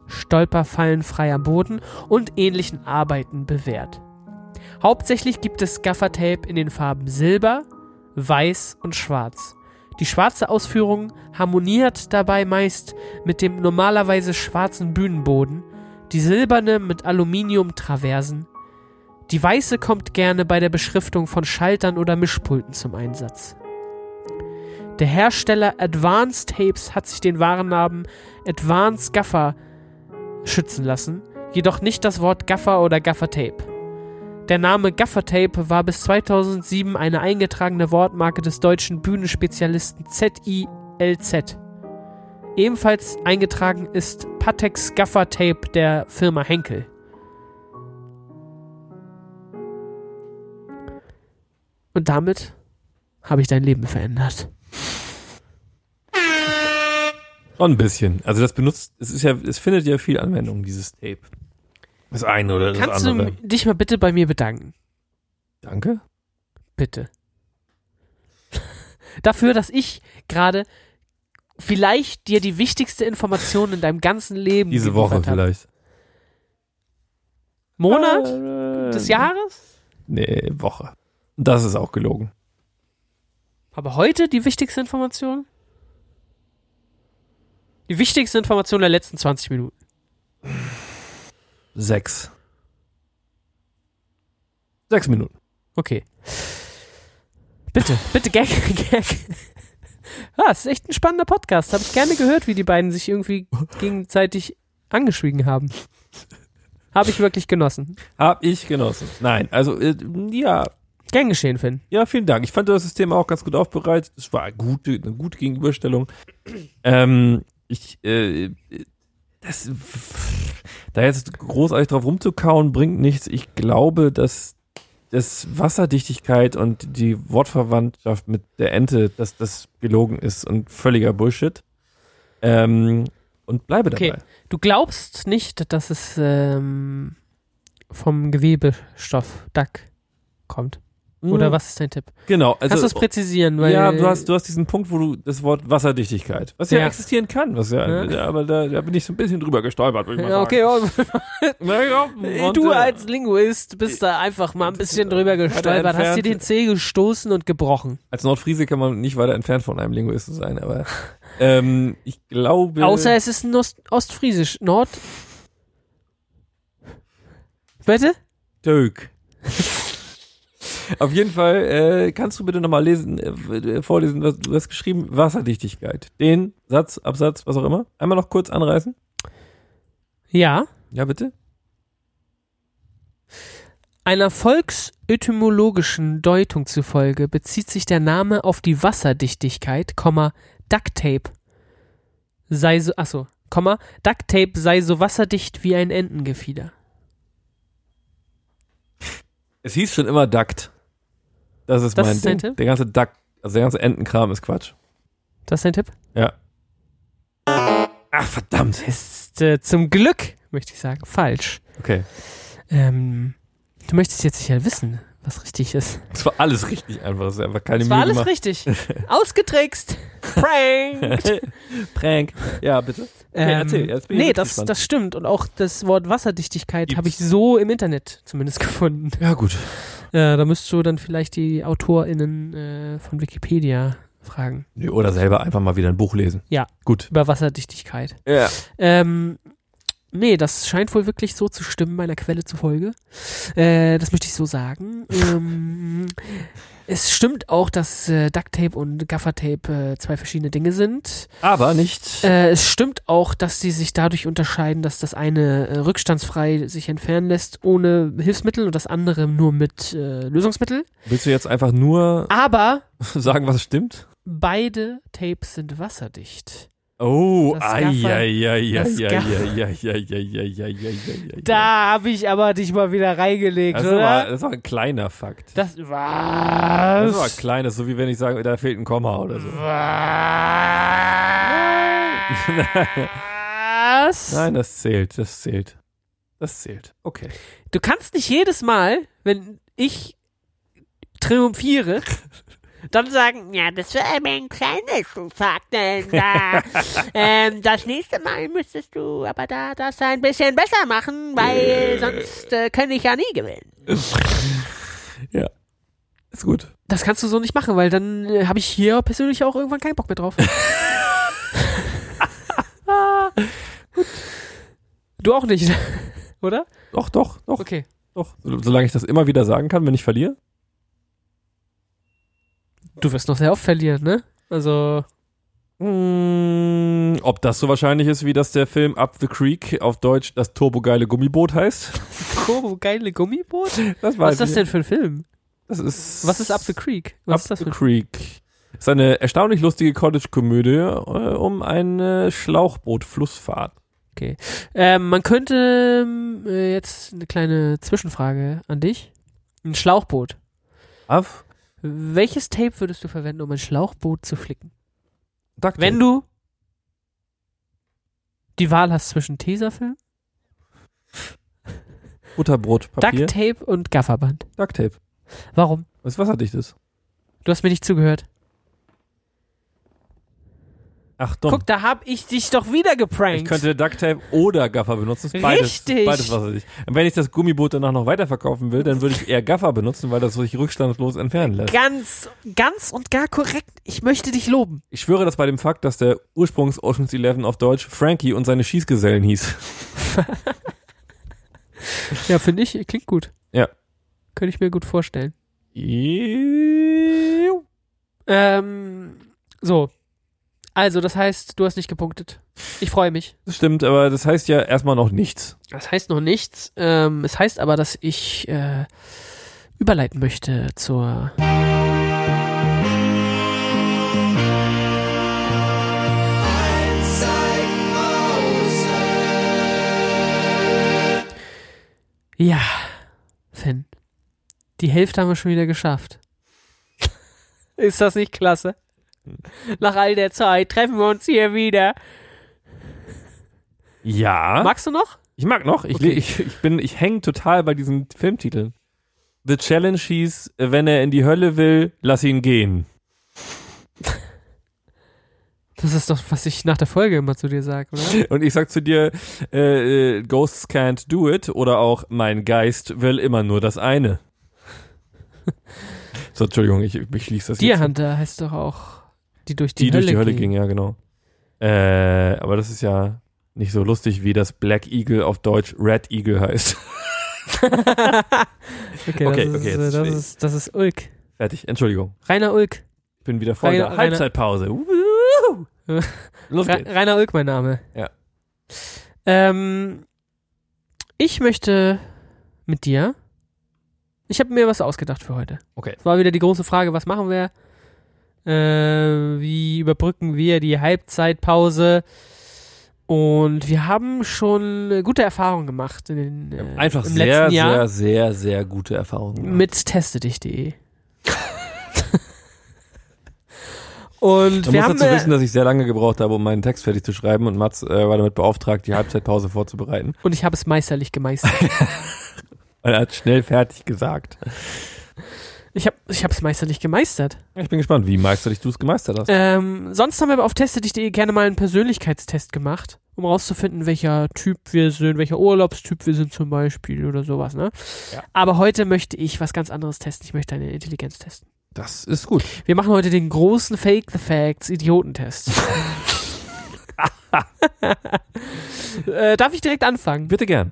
Speaker 1: Stolperfallen frei am Boden und ähnlichen Arbeiten bewährt. Hauptsächlich gibt es Gaffertape in den Farben Silber, Weiß und Schwarz. Die schwarze Ausführung harmoniert dabei meist mit dem normalerweise schwarzen Bühnenboden, die silberne mit Aluminium-Traversen. Die weiße kommt gerne bei der Beschriftung von Schaltern oder Mischpulten zum Einsatz. Der Hersteller Advanced Tapes hat sich den Warennamen Advanced Gaffer schützen lassen, jedoch nicht das Wort Gaffer oder Gaffertape. Der Name Gaffertape war bis 2007 eine eingetragene Wortmarke des deutschen Bühnenspezialisten ZILZ. Ebenfalls eingetragen ist Patex Gaffer Tape der Firma Henkel. Und damit habe ich dein Leben verändert.
Speaker 2: Schon ein bisschen. Also das benutzt, es ist ja, es findet ja viel Anwendung, dieses Tape. Das eine oder das
Speaker 1: Kannst du
Speaker 2: andere.
Speaker 1: dich mal bitte bei mir bedanken?
Speaker 2: Danke.
Speaker 1: Bitte. Dafür, dass ich gerade vielleicht dir die wichtigste Information in deinem ganzen Leben
Speaker 2: Diese Woche
Speaker 1: geliefert habe.
Speaker 2: vielleicht.
Speaker 1: Monat
Speaker 3: Ah.
Speaker 2: Äh,
Speaker 1: des Jahres?
Speaker 2: Nee, Woche. Das ist auch gelogen.
Speaker 1: Aber heute die wichtigste Information? Die wichtigste Information der letzten 20 Minuten.
Speaker 2: Sechs. Sechs Minuten.
Speaker 1: Okay. Bitte, bitte, Gag, Gag. Ah, es ist echt ein spannender Podcast. Habe ich gerne gehört, wie die beiden sich irgendwie gegenseitig angeschwiegen haben. Habe ich wirklich genossen.
Speaker 2: Hab ich genossen. Nein, also äh, ja,
Speaker 1: Gern geschehen, Finn.
Speaker 2: ja, vielen Dank. Ich fand das System auch ganz gut aufbereitet. Es war eine gute, eine gute Gegenüberstellung. Ähm, ich, äh, das, da jetzt großartig drauf rumzukauen, bringt nichts. Ich glaube, dass das Wasserdichtigkeit und die Wortverwandtschaft mit der Ente, dass das gelogen ist und völliger Bullshit. Ähm, und bleibe dabei.
Speaker 1: Okay. Du glaubst nicht, dass es ähm, vom Gewebestoff Duck kommt. Oder
Speaker 2: Mhm.
Speaker 1: was ist dein Tipp?
Speaker 2: Genau. Also,
Speaker 1: Kannst du es präzisieren? Weil
Speaker 2: ja, du hast, du hast diesen Punkt, wo du das Wort Wasserdichtigkeit, was ja,
Speaker 1: Ja.
Speaker 2: existieren kann, was ja,
Speaker 1: Ja.
Speaker 2: aber da, da bin ich so ein bisschen drüber gestolpert, würde ich mal
Speaker 1: Ja, okay,
Speaker 2: sagen.
Speaker 1: oh,
Speaker 2: Na ja, und,
Speaker 1: du
Speaker 2: äh,
Speaker 1: als Linguist bist da einfach mal ein bisschen drüber gestolpert, hast dir
Speaker 2: entfernt.
Speaker 1: den Zeh gestoßen und gebrochen.
Speaker 2: als Nordfriese kann man nicht weiter entfernt von einem Linguisten sein, aber ähm, ich glaube.
Speaker 1: Außer es ist ein Ost Ostfriesisch. Nord. Bitte?
Speaker 2: Dirk. Auf jeden Fall äh, kannst du bitte nochmal lesen, äh, vorlesen, was du hast geschrieben, Wasserdichtigkeit. Den Satz, Absatz, was auch immer. Einmal noch kurz anreißen.
Speaker 1: Ja.
Speaker 2: Ja, bitte.
Speaker 1: Einer volksetymologischen Deutung zufolge bezieht sich der Name auf die Wasserdichtigkeit, Komma, Duct Tape sei so, achso, Komma, Duct Tape sei so wasserdicht wie ein Entengefieder.
Speaker 2: Es hieß schon immer Duckt. Das ist
Speaker 1: Das
Speaker 2: mein
Speaker 1: ist dein
Speaker 2: Ding.
Speaker 1: Tipp?
Speaker 2: Der ganze Duck, also der ganze Entenkram ist Quatsch.
Speaker 1: Das ist dein Tipp?
Speaker 2: Ja. Ach, Ah, verdammt.
Speaker 1: Ist äh, zum Glück, möchte ich sagen, falsch.
Speaker 2: Okay.
Speaker 1: Ähm, du möchtest jetzt sicher wissen, was richtig ist.
Speaker 2: Es war alles richtig einfach. Es ist einfach keine
Speaker 1: Es war alles
Speaker 2: Mühe gemacht.
Speaker 1: richtig. Ausgetrickst. Prank.
Speaker 2: Prank. Ja, bitte. Okay, erzähl, jetzt bin
Speaker 1: Ähm,
Speaker 2: ich
Speaker 1: nee,
Speaker 2: wirklich
Speaker 1: das,
Speaker 2: gespannt.
Speaker 1: das stimmt. Und auch das Wort Wasserdichtigkeit habe ich
Speaker 2: Gibt's?
Speaker 1: so im Internet zumindest gefunden.
Speaker 2: Ja, gut.
Speaker 1: Äh, da müsstest du dann vielleicht die AutorInnen äh, von Wikipedia fragen.
Speaker 2: Nee, oder selber einfach mal wieder ein Buch lesen.
Speaker 1: Ja.
Speaker 2: Gut.
Speaker 1: Über Wasserdichtigkeit.
Speaker 2: Ja.
Speaker 1: Ähm, nee, das scheint wohl wirklich so zu stimmen, meiner Quelle zufolge. Äh, das möchte ich so sagen. ähm, es stimmt auch, dass äh, Duct Tape und Gaffertape äh, zwei verschiedene Dinge sind.
Speaker 2: Aber nicht.
Speaker 1: Äh, es stimmt auch, dass sie sich dadurch unterscheiden, dass das eine äh, rückstandsfrei sich entfernen lässt ohne Hilfsmittel und das andere nur mit äh, Lösungsmittel.
Speaker 2: Willst du jetzt einfach nur
Speaker 1: Aber
Speaker 2: sagen, was stimmt?
Speaker 1: beide Tapes sind wasserdicht.
Speaker 2: Oh,
Speaker 1: Das
Speaker 2: ai,
Speaker 1: Gaffer-
Speaker 2: ai, ai, ai,
Speaker 1: das
Speaker 2: ai, ai,
Speaker 1: Gaffer-
Speaker 2: ai, ai, ai, ai, ai, ai, ai.
Speaker 1: Da habe ich aber dich mal wieder reingelegt,
Speaker 2: Das
Speaker 1: oder?
Speaker 2: war, das war ein kleiner Fakt.
Speaker 1: Das
Speaker 2: Das war
Speaker 1: was?
Speaker 2: kleines, so wie wenn ich sage, da fehlt ein Komma oder so.
Speaker 1: was?
Speaker 2: Nein, das zählt, das zählt. Das zählt. Okay.
Speaker 1: Du kannst nicht jedes Mal, wenn ich triumphiere, dann sagen, ja, das war aber ein kleines Fakten. Da. ähm, das nächste Mal müsstest du aber da das ein bisschen besser machen, weil sonst äh, kann ich ja nie gewinnen.
Speaker 2: Ist gut.
Speaker 1: Das kannst du so nicht machen, weil dann äh, habe ich hier persönlich auch irgendwann keinen Bock mehr drauf. Gut. du auch nicht, oder?
Speaker 2: Doch, doch, doch,
Speaker 1: Okay.
Speaker 2: doch. So- Solange ich das immer wieder sagen kann, wenn ich verliere.
Speaker 1: Du wirst noch sehr oft verlieren, ne? Also,
Speaker 2: Mm, ob das so wahrscheinlich ist, wie dass der Film Up the Creek auf Deutsch das turbogeile Gummiboot heißt?
Speaker 1: Kobo, Oh, geile Gummiboot?
Speaker 2: Das
Speaker 1: Was ist das
Speaker 2: ich
Speaker 1: denn für ein Film?
Speaker 2: nicht. Das ist
Speaker 1: Was ist Up the Creek? Was
Speaker 2: Up
Speaker 1: ist das
Speaker 2: the
Speaker 1: für ein
Speaker 2: Creek? Ist eine erstaunlich lustige Cottage-Komödie äh, um eine Schlauchboot-Flussfahrt.
Speaker 1: ähm, Man könnte ähm, äh, jetzt eine kleine Zwischenfrage an dich. Ein Schlauchboot.
Speaker 2: Auf
Speaker 1: Welches Tape würdest du verwenden, um ein Schlauchboot zu flicken?
Speaker 2: Ducktape.
Speaker 1: Wenn du die Wahl hast zwischen Tesafilm,
Speaker 2: Butterbrotpapier.
Speaker 1: Ducktape und Gafferband.
Speaker 2: Duct Tape.
Speaker 1: Warum?
Speaker 2: Was wasserdicht ist.
Speaker 1: Du hast mir nicht zugehört.
Speaker 2: Achtung.
Speaker 1: Guck, da hab ich dich doch wieder geprankt.
Speaker 2: ich könnte Duct Tape oder Gaffer benutzen. Ist Beides,
Speaker 1: Richtig.
Speaker 2: Beides wasserdicht. Und wenn ich das Gummiboot danach noch weiterverkaufen will, dann würde ich eher Gaffer benutzen, weil das sich rückstandslos entfernen lässt.
Speaker 1: ganz, ganz und gar korrekt. Ich möchte dich loben.
Speaker 2: Ich schwöre das bei dem Fakt, dass der Ursprungs Ocean's Eleven auf Deutsch Frankie und seine Schießgesellen hieß.
Speaker 1: Ja, finde ich, klingt gut.
Speaker 2: Ja.
Speaker 1: Könnte ich mir gut vorstellen.
Speaker 2: Iu.
Speaker 1: Ähm, so. Also, das heißt, du hast nicht gepunktet. Ich freue mich.
Speaker 2: Das stimmt, aber das heißt ja erstmal noch nichts.
Speaker 1: Das heißt noch nichts. Ähm, es heißt aber, dass ich äh, überleiten möchte zur. Ja, Finn. Die Hälfte haben wir schon wieder geschafft. Ist das nicht klasse? Nach all der Zeit treffen wir uns hier wieder.
Speaker 2: Ja.
Speaker 1: Magst du noch?
Speaker 2: ich mag noch. Ich,
Speaker 1: Okay.
Speaker 2: ich, ich bin, ich hänge total bei diesen Filmtiteln. The Challenge hieß, äh, wenn er in die Hölle will, lass ihn gehen.
Speaker 1: Das ist doch, was ich nach der Folge immer zu dir sage, oder?
Speaker 2: Und ich sag zu dir, äh, äh, Ghosts can't do it oder auch mein Geist will immer nur das eine. So, Entschuldigung, ich, ich schließe das
Speaker 1: Deer
Speaker 2: jetzt.
Speaker 1: Hunter heißt doch auch die durch die,
Speaker 2: die
Speaker 1: Hölle
Speaker 2: durch die Hölle
Speaker 1: ging.
Speaker 2: ging, ja, genau. Äh, aber das ist ja nicht so lustig, wie das Black Eagle auf Deutsch Red Eagle heißt.
Speaker 1: Okay,
Speaker 2: Okay,
Speaker 1: das,
Speaker 2: okay,
Speaker 1: ist,
Speaker 2: jetzt
Speaker 1: äh, das,
Speaker 2: verstehe
Speaker 1: ist, das ist Ulk.
Speaker 2: Fertig, Entschuldigung.
Speaker 1: Rainer Ulk.
Speaker 2: Ich bin wieder voll
Speaker 1: Rainer-
Speaker 2: da. Halbzeitpause. Wuhu! Los
Speaker 1: Ra
Speaker 2: geht's.
Speaker 1: Rainer Ulk, mein Name.
Speaker 2: Ja.
Speaker 1: Ähm, ich möchte mit dir. Ich habe mir was ausgedacht für heute.
Speaker 2: Okay.
Speaker 1: Es war wieder die große Frage, was machen wir? Äh, wie überbrücken wir die Halbzeitpause? Und wir haben schon äh, gute Erfahrungen gemacht in den, äh,
Speaker 2: Einfach
Speaker 1: im
Speaker 2: sehr,
Speaker 1: letzten Jahr.
Speaker 2: sehr, sehr, sehr gute Erfahrungen.
Speaker 1: mit testedich.de. und
Speaker 2: Du
Speaker 1: wir
Speaker 2: musst
Speaker 1: haben
Speaker 2: dazu
Speaker 1: äh,
Speaker 2: wissen, dass ich sehr lange gebraucht habe, um meinen Text fertig zu schreiben und Mats äh, war damit beauftragt, die Halbzeitpause vorzubereiten.
Speaker 1: und ich habe es meisterlich gemeistert.
Speaker 2: Und er hat schnell fertig gesagt.
Speaker 1: ich habe ich habe es meisterlich gemeistert.
Speaker 2: Ich bin gespannt, wie meisterlich du es gemeistert hast.
Speaker 1: Ähm, sonst haben wir aber auf testedich.de E gerne mal einen Persönlichkeitstest gemacht, um rauszufinden, welcher Typ wir sind, welcher Urlaubstyp wir sind zum Beispiel oder sowas. Ne?
Speaker 2: Ja.
Speaker 1: Aber heute möchte ich was ganz anderes testen. Ich möchte eine Intelligenz testen.
Speaker 2: Das ist gut.
Speaker 1: Wir machen heute den großen Fake the Facts Idiotentest. äh, darf ich direkt anfangen?
Speaker 2: Bitte gern.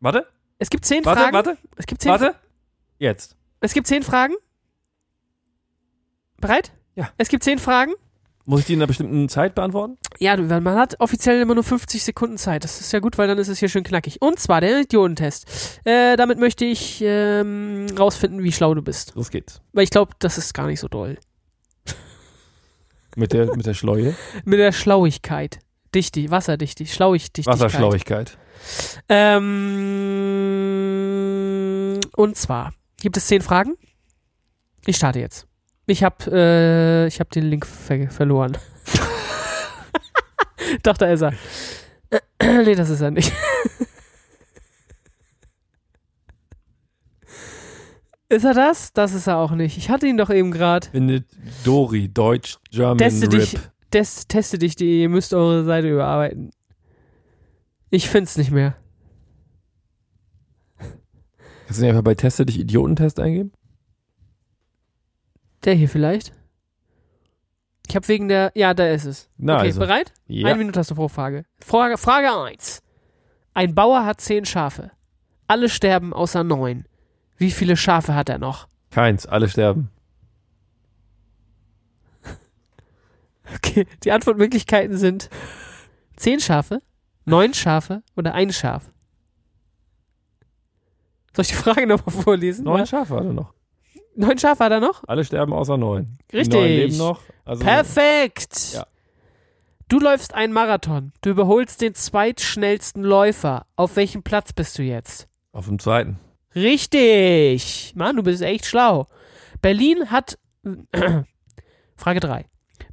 Speaker 2: Warte,
Speaker 1: Es gibt zehn
Speaker 2: warte,
Speaker 1: Fragen.
Speaker 2: warte,
Speaker 1: Es gibt zehn,
Speaker 2: warte. Jetzt.
Speaker 1: Es gibt zehn Fragen. Bereit?
Speaker 2: Ja.
Speaker 1: Es gibt zehn Fragen.
Speaker 2: Muss ich die in einer bestimmten Zeit beantworten?
Speaker 1: Ja, du, weil man hat offiziell immer nur 50 Sekunden Zeit. Das ist ja gut, weil dann ist es hier schön knackig. Und zwar der Idiotentest. Äh, damit möchte ich ähm, rausfinden, wie schlau du bist.
Speaker 2: Los geht's.
Speaker 1: Weil ich glaube, das ist gar nicht so doll.
Speaker 2: Mit der, mit der Schleue?
Speaker 1: Mit der Schlauigkeit. Dichti, Wasserdichti, Schlauigdichtigkeit.
Speaker 2: Wasserschlauigkeit.
Speaker 1: Ähm, und zwar gibt es zehn Fragen. Ich starte jetzt. Ich habe äh, ich hab den Link ver verloren. Doch, da ist er. nee, das ist er nicht. ist er das? Das ist er auch nicht. Ich hatte ihn doch eben gerade.
Speaker 2: Findet Dori, Deutsch, German,
Speaker 1: Teste dich,
Speaker 2: Rip.
Speaker 1: des, teste dich, die, ihr müsst eure Seite überarbeiten. Ich find's nicht mehr.
Speaker 2: Kannst du nicht einfach bei Teste dich Idiotentest eingeben?
Speaker 1: Der hier vielleicht? Ich habe wegen der. Ja, da ist es.
Speaker 2: Na,
Speaker 1: okay,
Speaker 2: also.
Speaker 1: bereit? Eine
Speaker 2: Ja.
Speaker 1: Minute hast du pro Frage. Frage. Frage 1. Ein Bauer hat zehn Schafe. Alle sterben außer neun. Wie viele Schafe hat er noch?
Speaker 2: Keins, alle sterben.
Speaker 1: Okay, die Antwortmöglichkeiten sind zehn Schafe, neun Schafe oder ein Schaf. Soll ich die Frage nochmal vorlesen?
Speaker 2: Neun
Speaker 1: Ja.
Speaker 2: Schafe alle noch.
Speaker 1: neun Schafe hat er noch?
Speaker 2: Alle sterben außer neun. Die
Speaker 1: Richtig.
Speaker 2: Neun leben noch. Also
Speaker 1: Perfekt!
Speaker 2: Ja.
Speaker 1: Du läufst einen Marathon. Du überholst den zweitschnellsten Läufer. Auf welchem Platz bist du jetzt?
Speaker 2: Auf dem zweiten.
Speaker 1: Richtig! Mann, du bist echt schlau. Berlin hat. Frage 3.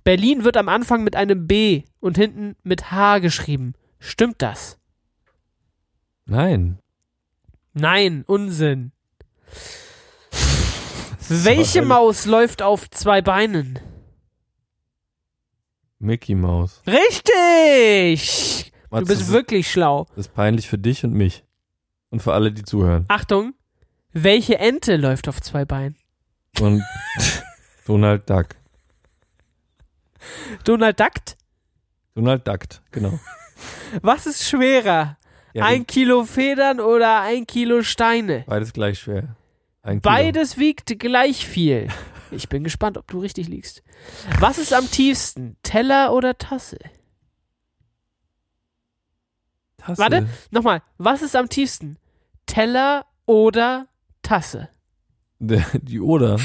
Speaker 1: Berlin wird am Anfang mit einem B und hinten mit H geschrieben. Stimmt das?
Speaker 2: Nein.
Speaker 1: Nein, Unsinn. Welche
Speaker 2: Hölle.
Speaker 1: Maus läuft auf zwei Beinen?
Speaker 2: Mickey Mouse.
Speaker 1: Richtig! Du
Speaker 2: Mats,
Speaker 1: bist
Speaker 2: das ist-
Speaker 1: wirklich schlau.
Speaker 2: Das ist peinlich für dich und mich. Und für alle, die zuhören.
Speaker 1: Achtung, welche Ente läuft auf zwei Beinen?
Speaker 2: Und Donald Duck.
Speaker 1: Donald Duck?
Speaker 2: Donald Duck, genau.
Speaker 1: Was ist schwerer?
Speaker 2: Ja,
Speaker 1: ein Kilo Federn oder ein Kilo Steine?
Speaker 2: beides gleich schwer. Ein Kilo.
Speaker 1: Beides wiegt gleich viel. Ich bin gespannt, ob du richtig liegst. Was ist am tiefsten? Teller oder Tasse?
Speaker 2: Tasse.
Speaker 1: Warte. Nochmal, was ist am tiefsten? Teller oder Tasse?
Speaker 2: Die Oder.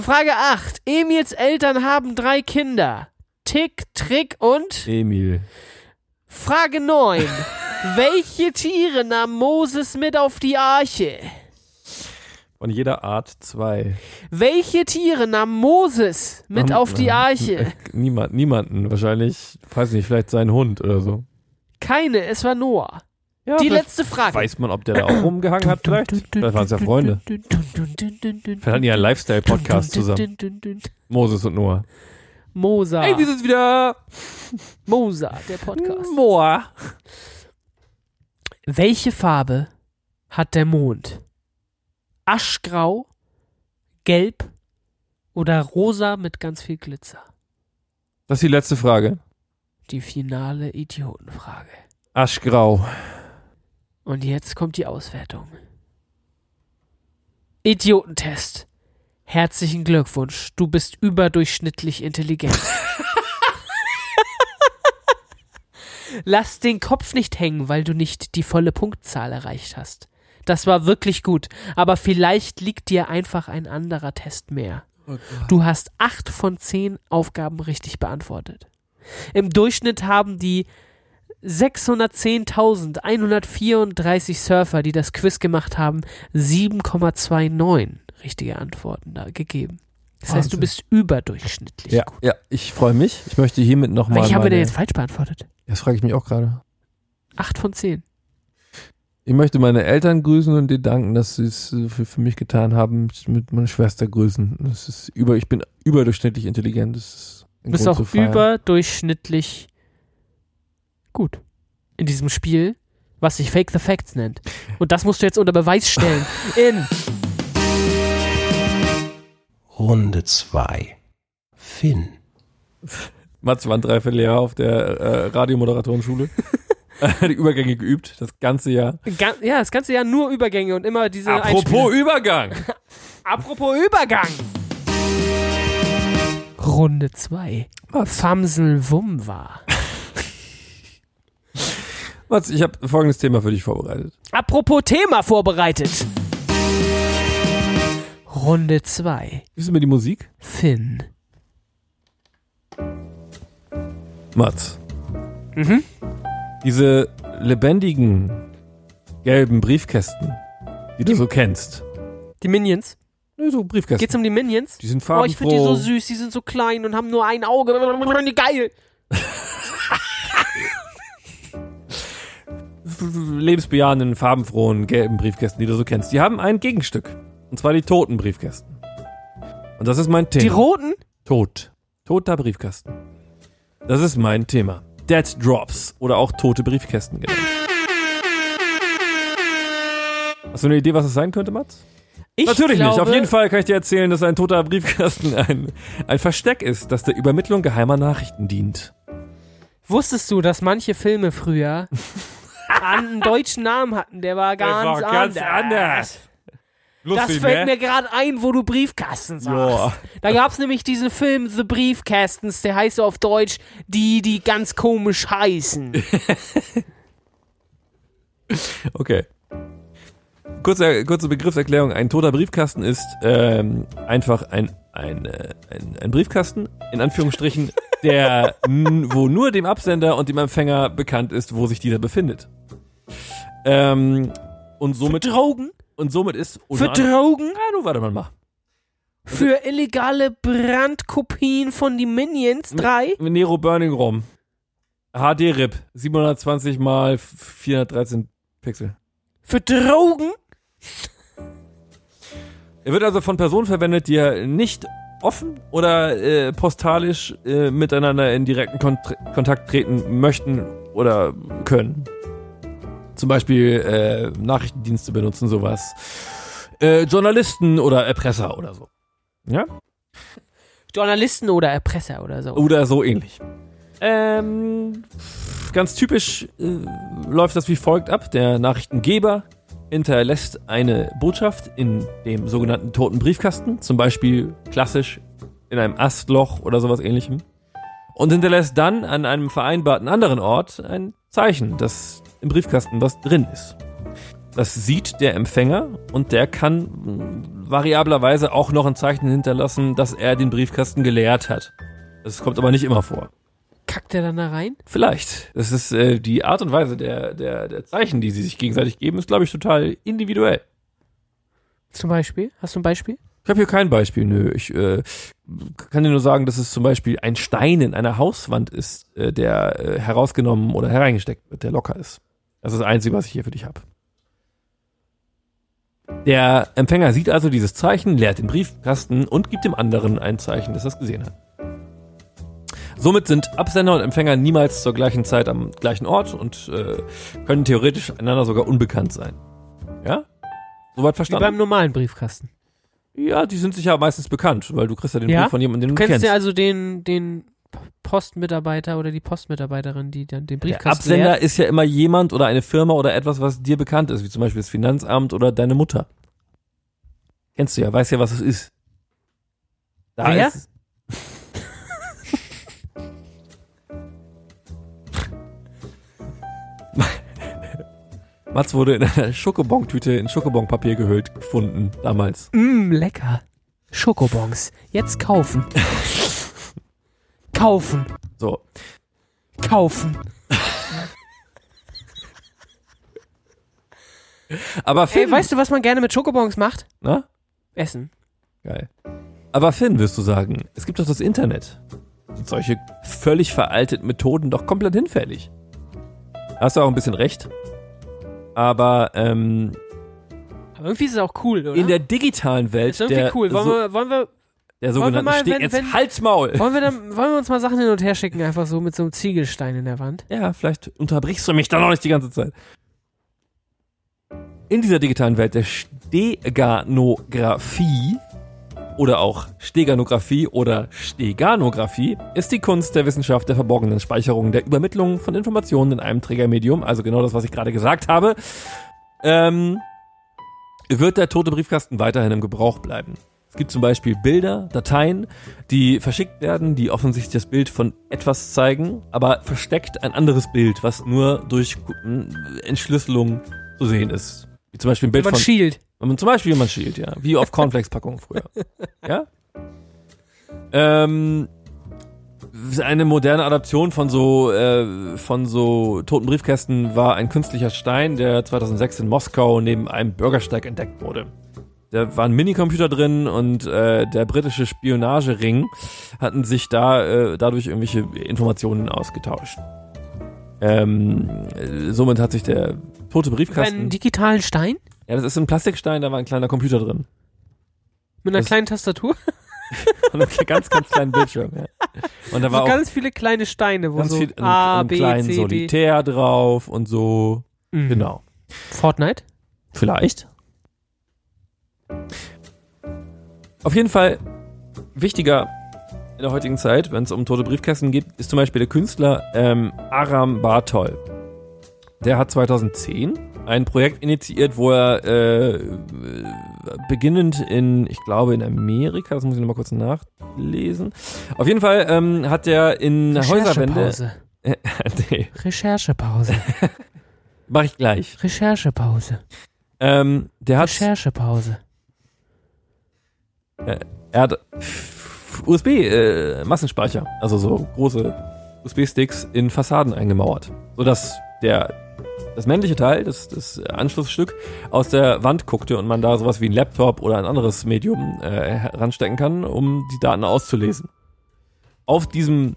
Speaker 1: Frage 8. Emils Eltern haben drei Kinder. Tick, Trick und...
Speaker 2: Emil.
Speaker 1: Frage 9. Welche Tiere nahm Moses mit auf die Arche?
Speaker 2: Von jeder Art zwei.
Speaker 1: Welche Tiere nahm Moses mit
Speaker 2: Ähm,
Speaker 1: auf die
Speaker 2: ähm,
Speaker 1: Arche?
Speaker 2: äh, Niemand, niemanden. Wahrscheinlich, weiß nicht, vielleicht sein Hund oder so.
Speaker 1: Keine, es war Noah.
Speaker 2: Ja,
Speaker 1: Die
Speaker 2: vielleicht
Speaker 1: letzte Frage.
Speaker 2: Weiß man, ob der da auch rumgehangen hat, vielleicht? Vielleicht waren es ja Freunde.
Speaker 1: Vielleicht
Speaker 2: Vielleicht hatten die ja einen Lifestyle-Podcast zusammen. Moses und Noah.
Speaker 1: Moser.
Speaker 2: sind wieder
Speaker 1: Moser, der Podcast.
Speaker 2: Moa.
Speaker 1: Welche Farbe hat der Mond? Aschgrau, gelb oder rosa mit ganz viel Glitzer?
Speaker 2: Das ist die letzte Frage.
Speaker 1: Die finale Idiotenfrage.
Speaker 2: Aschgrau.
Speaker 1: Und jetzt kommt die Auswertung. Idiotentest. Herzlichen Glückwunsch, du bist überdurchschnittlich intelligent. Lass den Kopf nicht hängen, weil du nicht die volle Punktzahl erreicht hast. Das war wirklich gut, aber vielleicht liegt dir einfach ein anderer Test mehr. Du hast acht von zehn Aufgaben richtig beantwortet. Im Durchschnitt haben die 610.134 Surfer, die das Quiz gemacht haben, 7,29 richtige Antworten da gegeben. Das heißt, du
Speaker 2: Wahnsinn.
Speaker 1: bist überdurchschnittlich.
Speaker 2: Ja, ja, ich freue mich. Ich möchte hiermit nochmal.
Speaker 1: Welche haben wir denn jetzt falsch beantwortet?
Speaker 2: Das frage ich mich auch gerade.
Speaker 1: Acht von zehn.
Speaker 2: Ich möchte meine Eltern grüßen und dir danken, dass sie es äh, für, für mich getan haben. Ich mit meiner Schwester grüßen. Das ist über, ich bin überdurchschnittlich intelligent. Das ist ein
Speaker 1: Du bist
Speaker 2: Grund
Speaker 1: auch
Speaker 2: zu feiern.
Speaker 1: überdurchschnittlich gut in diesem Spiel, was sich Fake the Facts nennt. Und das musst du jetzt unter Beweis stellen. In
Speaker 3: Runde 2. Finn.
Speaker 2: Mats waren drei Verlehrer auf der äh, Radiomoderatorenschule. Die Übergänge geübt, das ganze Jahr.
Speaker 1: ga- ja, das ganze Jahr nur Übergänge und immer diese Einspieler.
Speaker 2: Apropos Übergang.
Speaker 1: Apropos Übergang. Runde 2. Famselwum war.
Speaker 2: Mats, ich habe folgendes Thema für dich vorbereitet.
Speaker 1: Apropos Thema vorbereitet. Runde 2.
Speaker 2: Gibst du mir die Musik?
Speaker 1: Finn.
Speaker 2: Mats.
Speaker 1: Mhm.
Speaker 2: Diese lebendigen gelben Briefkästen, die du so kennst.
Speaker 1: Die Minions.
Speaker 2: Ne, So Briefkästen.
Speaker 1: Hm. Geht's um die Minions?
Speaker 2: die sind
Speaker 1: Oh,
Speaker 2: farbenfroh.
Speaker 1: ich finde die so süß. Die sind so klein und haben nur ein Auge. Geil.
Speaker 2: lebensbejahenden, farbenfrohen, gelben Briefkästen, die du so kennst. Die haben ein Gegenstück. Und zwar die toten Briefkästen. Und das ist mein Thema.
Speaker 1: Die roten?
Speaker 2: Tot. Toter Briefkasten. Das ist mein Thema. Dead Drops oder auch tote Briefkästen genannt. Hast du eine Idee, was es sein könnte, Mats?
Speaker 1: Ich
Speaker 2: Natürlich
Speaker 1: glaube,
Speaker 2: nicht. Auf jeden Fall kann ich dir erzählen, dass ein toter Briefkasten ein, ein Versteck ist, das der Übermittlung geheimer Nachrichten dient.
Speaker 1: Wusstest du, dass manche Filme früher einen deutschen Namen hatten? Der war ganz
Speaker 2: war ganz anders.
Speaker 1: Das
Speaker 2: ne?
Speaker 1: fällt mir gerade ein, wo du Briefkasten sagst. Da gab es nämlich diesen Film The Briefkastens, der heißt auf Deutsch die, die ganz komisch heißen.
Speaker 2: Okay. Kurze, kurze Begriffserklärung. Ein toter Briefkasten ist ähm, einfach ein, ein, äh, ein, ein Briefkasten, in Anführungsstrichen, der, n- wo nur dem Absender und dem Empfänger bekannt ist, wo sich dieser befindet. Ähm, und somit,
Speaker 1: Drogen?
Speaker 2: und somit ist...
Speaker 1: Für
Speaker 2: unter anderem-
Speaker 1: Drogen?
Speaker 2: Ah, du warte mal mal.
Speaker 1: Für illegale Brandkopien von die
Speaker 2: Hm.
Speaker 1: Minions 3.
Speaker 2: Nero Burning ROM. HD-RIP. 720 mal 413 Pixel.
Speaker 1: Für Drogen.
Speaker 2: Er wird also von Personen verwendet, die er nicht offen oder äh, postalisch äh, miteinander in direkten Kont Kontakt treten möchten oder können. Zum Beispiel äh, Nachrichtendienste benutzen sowas. Äh, Journalisten oder Erpresser oder so. Ja?
Speaker 1: Journalisten oder Erpresser oder so.
Speaker 2: Oder so ähnlich. Genau. Ähm, ganz typisch äh, läuft das wie folgt ab. Der Nachrichtengeber hinterlässt eine Botschaft in dem sogenannten toten Briefkasten, zum Beispiel klassisch in einem Astloch oder sowas ähnlichem, und hinterlässt dann an einem vereinbarten anderen Ort ein Zeichen, das im Briefkasten was drin ist. Das sieht der Empfänger und der kann mh, variablerweise auch noch ein Zeichen hinterlassen, dass er den Briefkasten geleert hat. Das kommt aber nicht immer vor.
Speaker 1: Kackt er dann da rein?
Speaker 2: Vielleicht. Das ist äh, die Art und Weise der, der, der Zeichen, die sie sich gegenseitig geben, ist, glaube ich, total individuell.
Speaker 1: Zum Beispiel? Hast du ein Beispiel?
Speaker 2: Ich habe hier kein Beispiel, nö. Ich äh, kann dir nur sagen, dass es zum Beispiel ein Stein in einer Hauswand ist, äh, der äh, herausgenommen oder hereingesteckt wird, der locker ist. Das ist das Einzige, was ich hier für dich habe. Der Empfänger sieht also dieses Zeichen, leert den Briefkasten und gibt dem anderen ein Zeichen, dass er es gesehen hat. Somit sind Absender und Empfänger niemals zur gleichen Zeit am gleichen Ort und äh, können theoretisch einander sogar unbekannt sein. Ja? Soweit
Speaker 1: Wie
Speaker 2: verstanden?
Speaker 1: beim normalen Briefkasten.
Speaker 2: Ja, die sind sich ja meistens bekannt, weil du kriegst ja den
Speaker 1: Ja?
Speaker 2: Brief von jemandem, den
Speaker 1: Du
Speaker 2: du,
Speaker 1: kennst
Speaker 2: kennst.
Speaker 1: ja also den, den Postmitarbeiter oder die Postmitarbeiterin, die dann den
Speaker 2: der
Speaker 1: Briefkasten
Speaker 2: Absender
Speaker 1: leert.
Speaker 2: ist ja immer jemand oder eine Firma oder etwas, was dir bekannt ist, wie zum Beispiel das Finanzamt oder deine Mutter. Kennst du ja, weißt ja, was es ist. Da
Speaker 1: Wer?
Speaker 2: Ist Mats wurde in einer Schokobon-Tüte in Schokobon-Papier gehüllt gefunden, damals.
Speaker 1: Mm, lecker. Schokobons. Jetzt kaufen. kaufen.
Speaker 2: So,
Speaker 1: Kaufen.
Speaker 2: aber Finn, ne?
Speaker 1: Ey, weißt du, was man gerne mit Schokobons macht?
Speaker 2: na?
Speaker 1: Essen.
Speaker 2: Geil. Aber Finn, wirst du sagen, es gibt doch das Internet. Sind solche völlig veralteten Methoden doch komplett hinfällig. Hast du auch ein bisschen recht. Aber ähm,
Speaker 1: Aber irgendwie ist es auch cool, oder?
Speaker 2: in der digitalen Welt
Speaker 1: ist irgendwie
Speaker 2: der,
Speaker 1: cool. Wollen,
Speaker 2: so,
Speaker 1: wir, wollen, wir,
Speaker 2: der
Speaker 1: wollen wir
Speaker 2: sogenannten
Speaker 1: mal,
Speaker 2: Ste-
Speaker 1: wenn-
Speaker 2: jetzt
Speaker 1: wenn-
Speaker 2: Halsmaul.
Speaker 1: wollen, wir dann, wollen wir uns mal Sachen hin und her schicken, einfach so mit so einem Ziegelstein in der Wand?
Speaker 2: Ja, vielleicht unterbrichst du mich dann auch nicht die ganze Zeit. In dieser digitalen Welt der Steganographie oder auch Steganographie oder Steganographie ist die Kunst der Wissenschaft der verborgenen Speicherung, der Übermittlung von Informationen in einem Trägermedium, also genau das, was ich gerade gesagt habe, ähm, wird der tote Briefkasten weiterhin im Gebrauch bleiben. Es gibt zum Beispiel Bilder, Dateien, die verschickt werden, die offensichtlich das Bild von etwas zeigen, aber versteckt ein anderes Bild, was nur durch mm, Entschlüsselung zu sehen ist. Wie zum Beispiel ein Bild
Speaker 1: Man
Speaker 2: von
Speaker 1: Shield.
Speaker 2: wenn man zum Beispiel jemand schielt, ja. Wie auf Cornflakes-Packungen früher. Ja? Ähm, eine moderne Adaption von so, äh, von so toten Briefkästen war ein künstlicher Stein, der 2006 in Moskau neben einem Bürgersteig entdeckt wurde. Da war ein Minicomputer drin und äh, der britische Spionagering hatten sich da äh, dadurch irgendwelche Informationen ausgetauscht. Ähm, äh, somit hat sich der tote
Speaker 1: Einen
Speaker 2: Briefkasten.
Speaker 1: digitalen Stein?
Speaker 2: Ja, das ist ein Plastikstein, da war ein kleiner Computer drin.
Speaker 1: Mit einer
Speaker 2: Das-
Speaker 1: kleinen Tastatur?
Speaker 2: Und einem ganz, ganz kleinen Bildschirm. Ja. Und da
Speaker 1: So
Speaker 2: war auch
Speaker 1: ganz viele kleine Steine, wo
Speaker 2: ganz
Speaker 1: so
Speaker 2: viel in
Speaker 1: A,
Speaker 2: einem
Speaker 1: B,
Speaker 2: kleinen
Speaker 1: C, D.
Speaker 2: Solitär drauf und so.
Speaker 1: Mhm.
Speaker 2: Genau.
Speaker 1: Fortnite?
Speaker 2: Vielleicht. Auf jeden Fall wichtiger in der heutigen Zeit, wenn es um tote Briefkästen geht, ist zum Beispiel der Künstler ähm, Aram Bartol. Der hat 2010 ein Projekt initiiert, wo er äh, äh, beginnend in, ich glaube, in Amerika, das muss ich nochmal kurz nachlesen. Auf jeden Fall ähm, hat er in Häuserwände.
Speaker 1: Recherchepause.
Speaker 2: nee,
Speaker 1: Recherchepause.
Speaker 2: mach ich gleich.
Speaker 1: Recherchepause.
Speaker 2: Ähm, der hat.
Speaker 1: Recherchepause.
Speaker 2: Er hat äh, USB-Massenspeicher, also so große USB-Sticks in Fassaden eingemauert, sodass der das männliche Teil, das, das Anschlussstück, aus der Wand guckte und man da sowas wie ein Laptop oder ein anderes Medium äh, heranstecken kann, um die Daten auszulesen. Auf diesem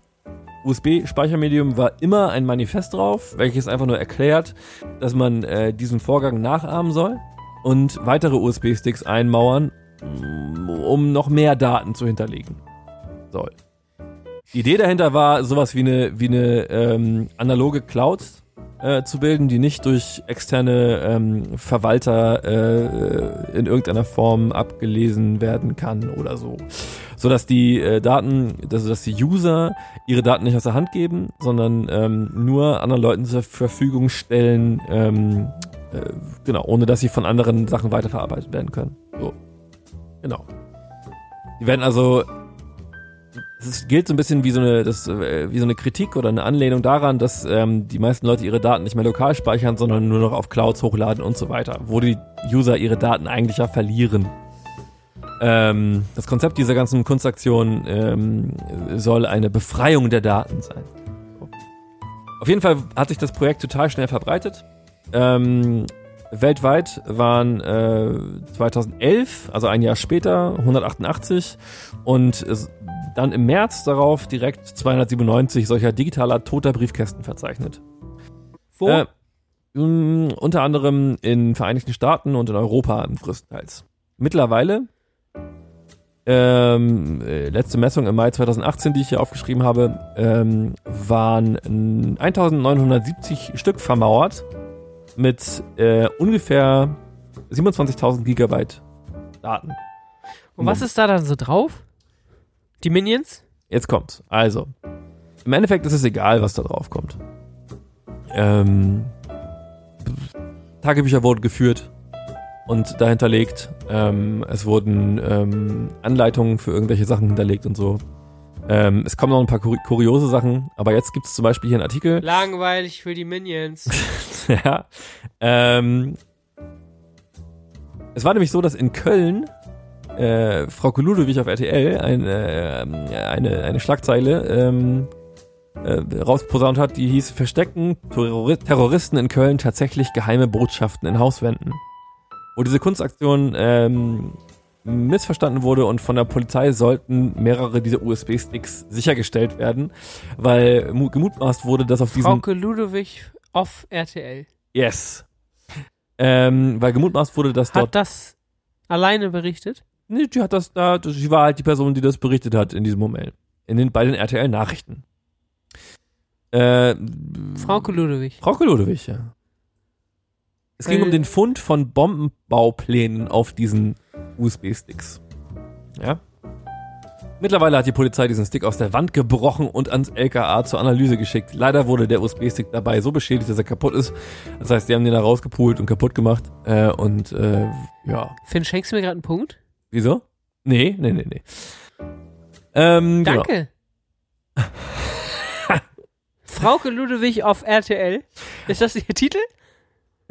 Speaker 2: USB-Speichermedium war immer ein Manifest drauf, welches einfach nur erklärt, dass man äh, diesen Vorgang nachahmen soll und weitere USB-Sticks einmauern, mm, um noch mehr Daten zu hinterlegen soll. Die Idee dahinter war, sowas wie eine, wie eine ähm, analoge Cloud äh, zu bilden, die nicht durch externe ähm, Verwalter äh, in irgendeiner Form abgelesen werden kann oder so. Sodass die äh, Daten, also dass die User ihre Daten nicht aus der Hand geben, sondern ähm, nur anderen Leuten zur Verfügung stellen, ähm, äh, genau, ohne dass sie von anderen Sachen weiterverarbeitet werden können. So. Genau. Die werden also. Es gilt so ein bisschen wie so, eine, das, äh, wie so eine Kritik oder eine Anlehnung daran, dass ähm, die meisten Leute ihre Daten nicht mehr lokal speichern, sondern nur noch auf Clouds hochladen und so weiter, wo die User ihre Daten eigentlich ja verlieren. Ähm, das Konzept dieser ganzen Kunstaktion ähm, soll eine Befreiung der Daten sein. So. Auf jeden Fall hat sich das Projekt total schnell verbreitet. Ähm, weltweit waren äh, 2011, also ein Jahr später, 188 und es, dann im März darauf direkt 297 solcher digitaler toter Briefkästen verzeichnet.
Speaker 4: Wo?
Speaker 2: Äh, mh, unter anderem in Vereinigten Staaten und in Europa größtenteils. Mittlerweile, ähm, äh, letzte Messung im Mai 2018, die ich hier aufgeschrieben habe, ähm, waren mh, 1970 Stück vermauert mit äh, ungefähr 27.000 Gigabyte Daten.
Speaker 1: Und was ist da dann so drauf? Die Minions?
Speaker 2: Jetzt kommt's. Also, im Endeffekt ist es egal, was da drauf kommt. Ähm, Tagebücher wurden geführt und da hinterlegt. Ähm, es wurden ähm, Anleitungen für irgendwelche Sachen hinterlegt und so. Ähm, es kommen noch ein paar kuri- kuriose Sachen, aber jetzt gibt's zum Beispiel hier einen Artikel.
Speaker 1: Langweilig für die Minions.
Speaker 2: ja. Ähm, es war nämlich so, dass in Köln äh, Frau Ludwig auf RTL ein, äh, ähm, eine, eine Schlagzeile ähm, äh, rausposaunt hat, die hieß Verstecken Terrori Terroristen in Köln tatsächlich geheime Botschaften in Hauswänden. Wo diese Kunstaktion ähm, missverstanden wurde und von der Polizei sollten mehrere dieser USB-Sticks sichergestellt werden, weil mu- gemutmaßt wurde, dass auf diesen...
Speaker 1: Frauke Ludowig auf RTL.
Speaker 2: Yes. Ähm, weil gemutmaßt wurde, dass
Speaker 1: Hat
Speaker 2: dort.
Speaker 1: das alleine berichtet?
Speaker 2: Nee, die hat das da. Sie war halt die Person, die das berichtet hat in diesem Moment. In den, bei den RTL-Nachrichten. Äh,
Speaker 1: Frauke Ludowig.
Speaker 2: Frau Ludwig, ja. Es ging
Speaker 1: Weil-
Speaker 2: um den Fund von Bombenbauplänen auf diesen USB-Sticks. Ja. Mittlerweile hat die Polizei diesen Stick aus der Wand gebrochen und ans LKA zur Analyse geschickt. Leider wurde der USB-Stick dabei so beschädigt, dass er kaputt ist. Das heißt, die haben den da rausgepult und kaputt gemacht. Äh, und äh, ja.
Speaker 1: Finn, schenkst du mir gerade einen Punkt?
Speaker 2: Wieso? Nee, nee, nee, nee. Ähm, genau.
Speaker 1: Danke. Frauke Ludewig auf RTL. Ist das ihr Titel?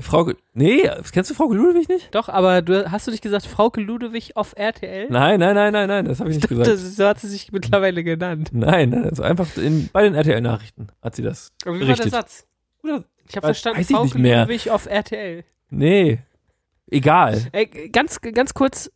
Speaker 2: Frau, Ge- nee, kennst du Frau Ludwig nicht?
Speaker 1: Doch, aber du, hast du nicht gesagt Frauke Ludewig auf RTL?
Speaker 2: Nein, nein, nein, nein, nein, das habe ich nicht gesagt.
Speaker 1: Das, so hat sie sich mittlerweile genannt.
Speaker 2: Nein, nein, also einfach in, bei den RTL-Nachrichten hat sie das.
Speaker 1: Aber wie
Speaker 2: Richtig.
Speaker 1: war der Satz?
Speaker 2: Oder-
Speaker 1: Ich habe
Speaker 2: Weiß-
Speaker 1: verstanden,
Speaker 2: weiß ich nicht
Speaker 1: Frauke
Speaker 2: mehr.
Speaker 1: Ludewig auf RTL.
Speaker 2: Nee. Egal.
Speaker 1: Ey, Äh, ganz, ganz kurz,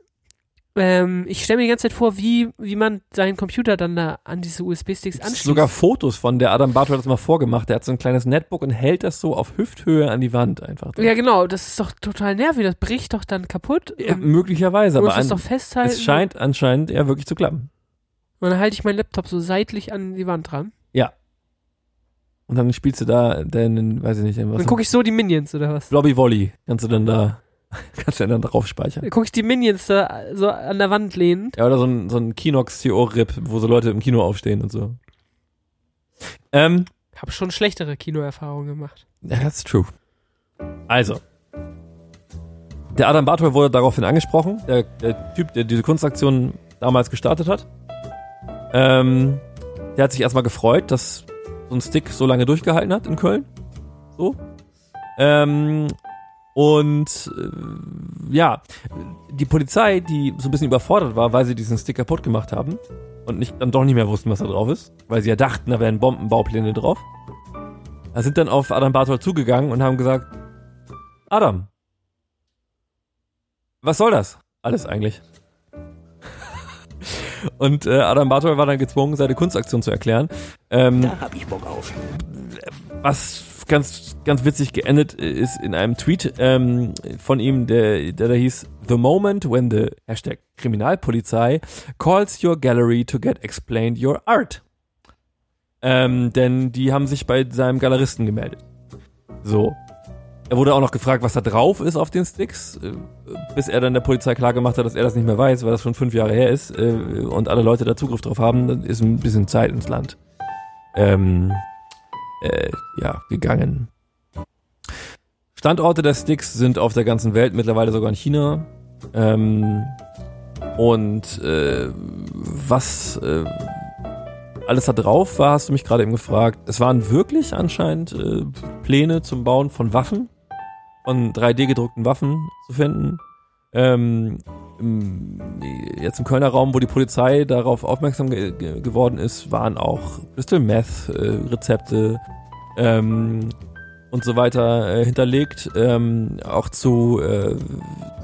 Speaker 1: ähm, ich stelle mir die ganze Zeit vor, wie, wie man seinen Computer dann da an diese USB-Sticks
Speaker 2: Es gibt
Speaker 1: anschließt.
Speaker 2: sogar Fotos von der Adam Bartow hat das mal vorgemacht. Der hat so ein kleines Netbook und hält das so auf Hüfthöhe an die Wand einfach.
Speaker 1: ja, genau, das ist doch total nervig, das bricht doch dann kaputt.
Speaker 2: Ja,
Speaker 1: und
Speaker 2: möglicherweise,
Speaker 1: man
Speaker 2: aber
Speaker 1: muss das
Speaker 2: an,
Speaker 1: doch festhalten.
Speaker 2: es scheint anscheinend ja wirklich zu klappen.
Speaker 1: Und dann halte ich meinen Laptop so seitlich an die Wand dran.
Speaker 2: Und dann spielst du da deinen, weiß ich nicht,
Speaker 1: Dann
Speaker 2: was.
Speaker 1: gucke ich so die Minions oder was?
Speaker 2: Blobby Volley kannst du dann da, kannst du dann drauf speichern.
Speaker 1: Dann gucke ich die Minions da so an der Wand lehnend.
Speaker 2: Ja, oder so ein, so ein Kinox-TO-Rip, wo so Leute im Kino aufstehen und so. Ähm,
Speaker 1: Hab schon schlechtere Kinoerfahrungen gemacht.
Speaker 2: ja, that's true. Also. Der Adam Bartol wurde daraufhin angesprochen, der, der Typ, der diese Kunstaktion damals gestartet hat. Ähm, der hat sich erstmal gefreut, dass so ein Stick so lange durchgehalten hat in Köln. So. Ähm, und äh, ja, die Polizei, die so ein bisschen überfordert war, weil sie diesen Stick kaputt gemacht haben und nicht, dann doch nicht mehr wussten, was da drauf ist, weil sie ja dachten, da wären Bombenbaupläne drauf, Da sind dann auf Adam Barthold zugegangen und haben gesagt, Adam, was soll das? Alles eigentlich. Und äh, Adam Barthold war dann gezwungen, seine Kunstaktion zu erklären. Ähm,
Speaker 5: Da hab ich Bock auf.
Speaker 2: was ganz, ganz witzig geendet ist in einem Tweet ähm, von ihm, der, der da hieß, The moment when the Hashtag Kriminalpolizei calls your gallery to get explained your art. Ähm, denn die haben sich bei seinem Galeristen gemeldet. So. Er wurde auch noch gefragt, was da drauf ist auf den Sticks, äh, bis er dann der Polizei klargemacht hat, dass er das nicht mehr weiß, weil das schon fünf Jahre her ist äh, und alle Leute da Zugriff drauf haben, dann ist ein bisschen Zeit ins Land. Ähm, äh, ja, gegangen. Standorte der Sticks sind auf der ganzen Welt, mittlerweile sogar in China. Ähm, und äh, was äh, alles da drauf war, hast du mich gerade eben gefragt. Es waren wirklich anscheinend äh, Pläne zum Bauen von Waffen, von 3D-gedruckten Waffen zu finden. Ähm, im, jetzt im Kölner Raum, wo die Polizei darauf aufmerksam ge ge geworden ist, waren auch Crystal Meth-Rezepte, ähm, und so weiter äh, hinterlegt. Ähm, auch zu, äh,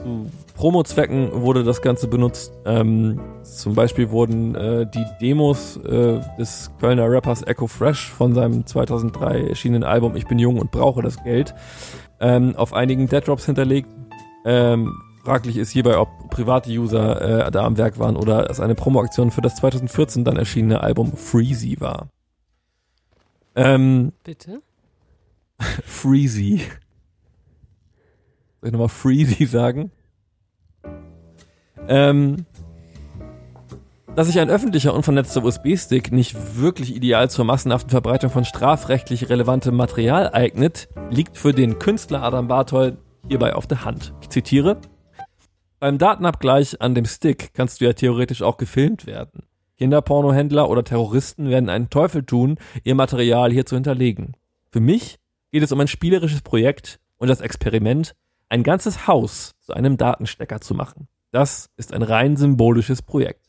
Speaker 2: zu Promo-Zwecken wurde das Ganze benutzt. Ähm, zum Beispiel wurden äh, die Demos äh, des Kölner Rappers Echo Fresh von seinem 2003 erschienenen Album Ich bin jung und brauche das Geld ähm, auf einigen Dead Drops hinterlegt. Ähm, fraglich ist hierbei, ob private User äh, da am Werk waren oder es eine Promo-Aktion für das 2014 dann erschienene Album Freezy war. Ähm,
Speaker 1: Bitte?
Speaker 2: Freezy. Soll ich nochmal Freezy sagen? Ähm, dass sich ein öffentlicher und vernetzter USB-Stick nicht wirklich ideal zur massenhaften Verbreitung von strafrechtlich relevantem Material eignet, liegt für den Künstler Adam Barthold hierbei auf der Hand. Ich zitiere: Beim Datenabgleich an dem Stick kannst du ja theoretisch auch gefilmt werden. Kinderpornohändler oder Terroristen werden einen Teufel tun, ihr Material hier zu hinterlegen. Für mich geht es um ein spielerisches Projekt und das Experiment, ein ganzes Haus zu einem Datenstecker zu machen. Das ist ein rein symbolisches Projekt.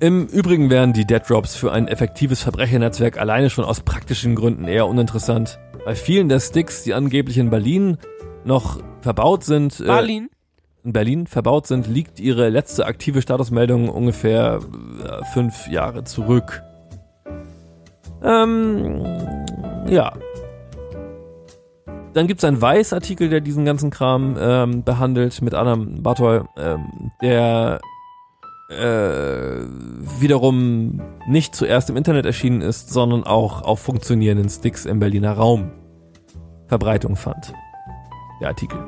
Speaker 2: Im Übrigen wären die Dead Drops für ein effektives Verbrechernetzwerk alleine schon aus praktischen Gründen eher uninteressant. Bei vielen der Sticks, die angeblich in Berlin noch verbaut sind, äh,
Speaker 1: Berlin?
Speaker 2: in Berlin verbaut sind, liegt ihre letzte aktive Statusmeldung ungefähr äh, fünf Jahre zurück. Ähm, ja. Dann gibt es einen Weiß-Artikel, der diesen ganzen Kram ähm, behandelt mit Adam Bartol, ähm, der äh, wiederum nicht zuerst im Internet erschienen ist, sondern auch auf funktionierenden Sticks im Berliner Raum Verbreitung fand. Der Artikel.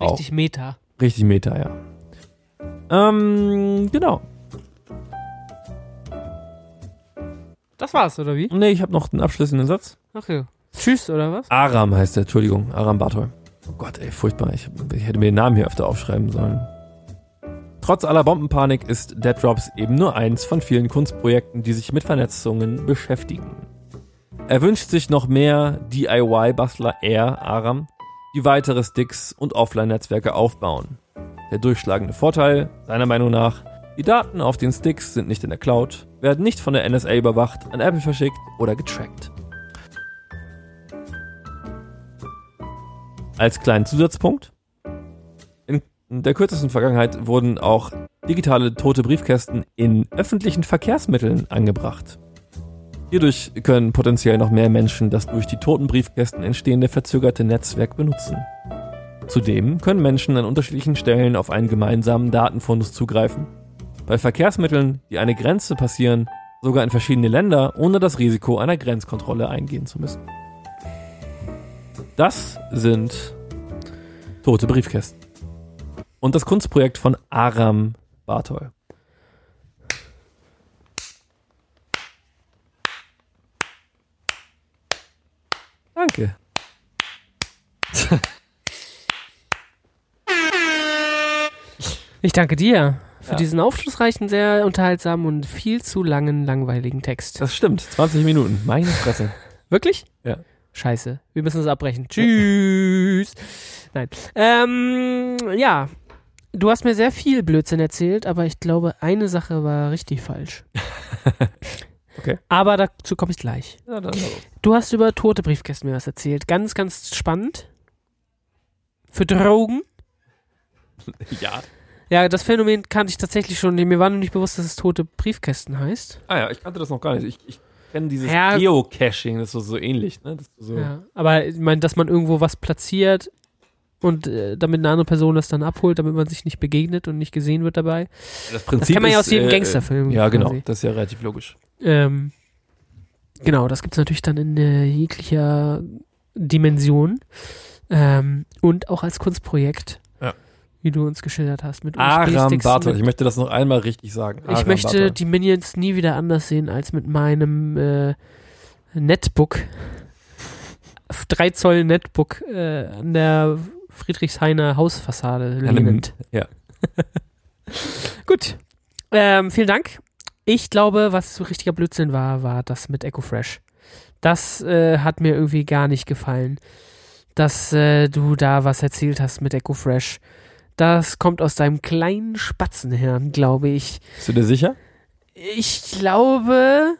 Speaker 1: Richtig Meta.
Speaker 2: Richtig Meta, ja. Ähm, genau.
Speaker 1: Das war's, oder wie?
Speaker 2: Nee, ich habe noch einen abschließenden Satz.
Speaker 1: Okay. Tschüss, oder was?
Speaker 2: Aram heißt er, Entschuldigung, Aram Bartol. Oh Gott, ey, furchtbar. Ich, ich hätte mir den Namen hier öfter aufschreiben sollen. Trotz aller Bombenpanik ist Dead Drops eben nur eins von vielen Kunstprojekten, die sich mit Vernetzungen beschäftigen. Er wünscht sich noch mehr DIY-Bastler R, Aram, die weitere Sticks und Offline-Netzwerke aufbauen. Der durchschlagende Vorteil, seiner Meinung nach, die Daten auf den Sticks sind nicht in der Cloud, werden nicht von der NSA überwacht, an Apple verschickt oder getrackt. Als kleinen Zusatzpunkt. In der kürzesten Vergangenheit wurden auch digitale tote Briefkästen in öffentlichen Verkehrsmitteln angebracht. Hierdurch können potenziell noch mehr Menschen das durch die toten Briefkästen entstehende verzögerte Netzwerk benutzen. Zudem können Menschen an unterschiedlichen Stellen auf einen gemeinsamen Datenfundus zugreifen. Bei Verkehrsmitteln, die eine Grenze passieren, sogar in verschiedene Länder, ohne das Risiko einer Grenzkontrolle eingehen zu müssen. Das sind tote Briefkästen. Und das Kunstprojekt von Aram Bartol. Danke.
Speaker 1: Ich danke dir für
Speaker 2: Ja.
Speaker 1: diesen aufschlussreichen, sehr unterhaltsamen und viel zu langen, langweiligen Text.
Speaker 2: Das stimmt. 20 Minuten. Meine Fresse.
Speaker 1: Wirklich?
Speaker 2: Ja.
Speaker 1: Scheiße. Wir müssen es abbrechen. Tschüss. Nein. Ähm, ja. Du hast mir sehr viel Blödsinn erzählt, aber ich glaube, eine Sache war richtig falsch.
Speaker 2: Okay.
Speaker 1: Aber dazu komme ich gleich.
Speaker 2: Ja, dann,
Speaker 1: Du hast über tote Briefkästen mir was erzählt. Ganz, ganz spannend. Für Drogen.
Speaker 2: ja.
Speaker 1: Ja, das Phänomen kannte ich tatsächlich schon. Mir war nur nicht bewusst, dass es tote Briefkästen heißt.
Speaker 2: Ah ja, ich kannte das noch gar nicht. Ich, ich kenne dieses
Speaker 1: Ja.
Speaker 2: Geocaching, das ist so, so ähnlich, ne? Das ist so,
Speaker 1: Ja. Aber ich meine, dass man irgendwo was platziert und äh, damit eine andere Person das dann abholt, damit man sich nicht begegnet und nicht gesehen wird dabei.
Speaker 2: Das
Speaker 1: Das
Speaker 2: Prinzip
Speaker 1: kann man ja
Speaker 2: ist,
Speaker 1: aus jedem
Speaker 2: äh,
Speaker 1: Gangsterfilm.
Speaker 2: Ja, genau.
Speaker 1: quasi.
Speaker 2: Das ist ja relativ logisch.
Speaker 1: Ähm, genau, das gibt es natürlich dann in äh, jeglicher Dimension. Ähm, und auch als Kunstprojekt,
Speaker 2: Ja.
Speaker 1: wie du uns geschildert hast. Mit
Speaker 2: Aram
Speaker 1: USB-Sticks,
Speaker 2: Bartok,
Speaker 1: mit-
Speaker 2: ich möchte das noch einmal richtig sagen.
Speaker 1: Ich
Speaker 2: Aram
Speaker 1: möchte
Speaker 2: Bartok.
Speaker 1: die Minions nie wieder anders sehen als mit meinem äh, Netbook. F- 3 Zoll Netbook äh, an der Friedrichshainer Hausfassade
Speaker 2: An einem-
Speaker 1: lehnend.
Speaker 2: ja.
Speaker 1: Gut. Ähm, vielen Dank. Ich glaube, was so richtiger Blödsinn war, war das mit Echo Fresh. Das äh, hat mir irgendwie gar nicht gefallen, dass äh, du da was erzählt hast mit Echo Fresh. Das kommt aus deinem kleinen Spatzenhirn, glaube ich.
Speaker 2: Bist du dir sicher?
Speaker 1: Ich glaube.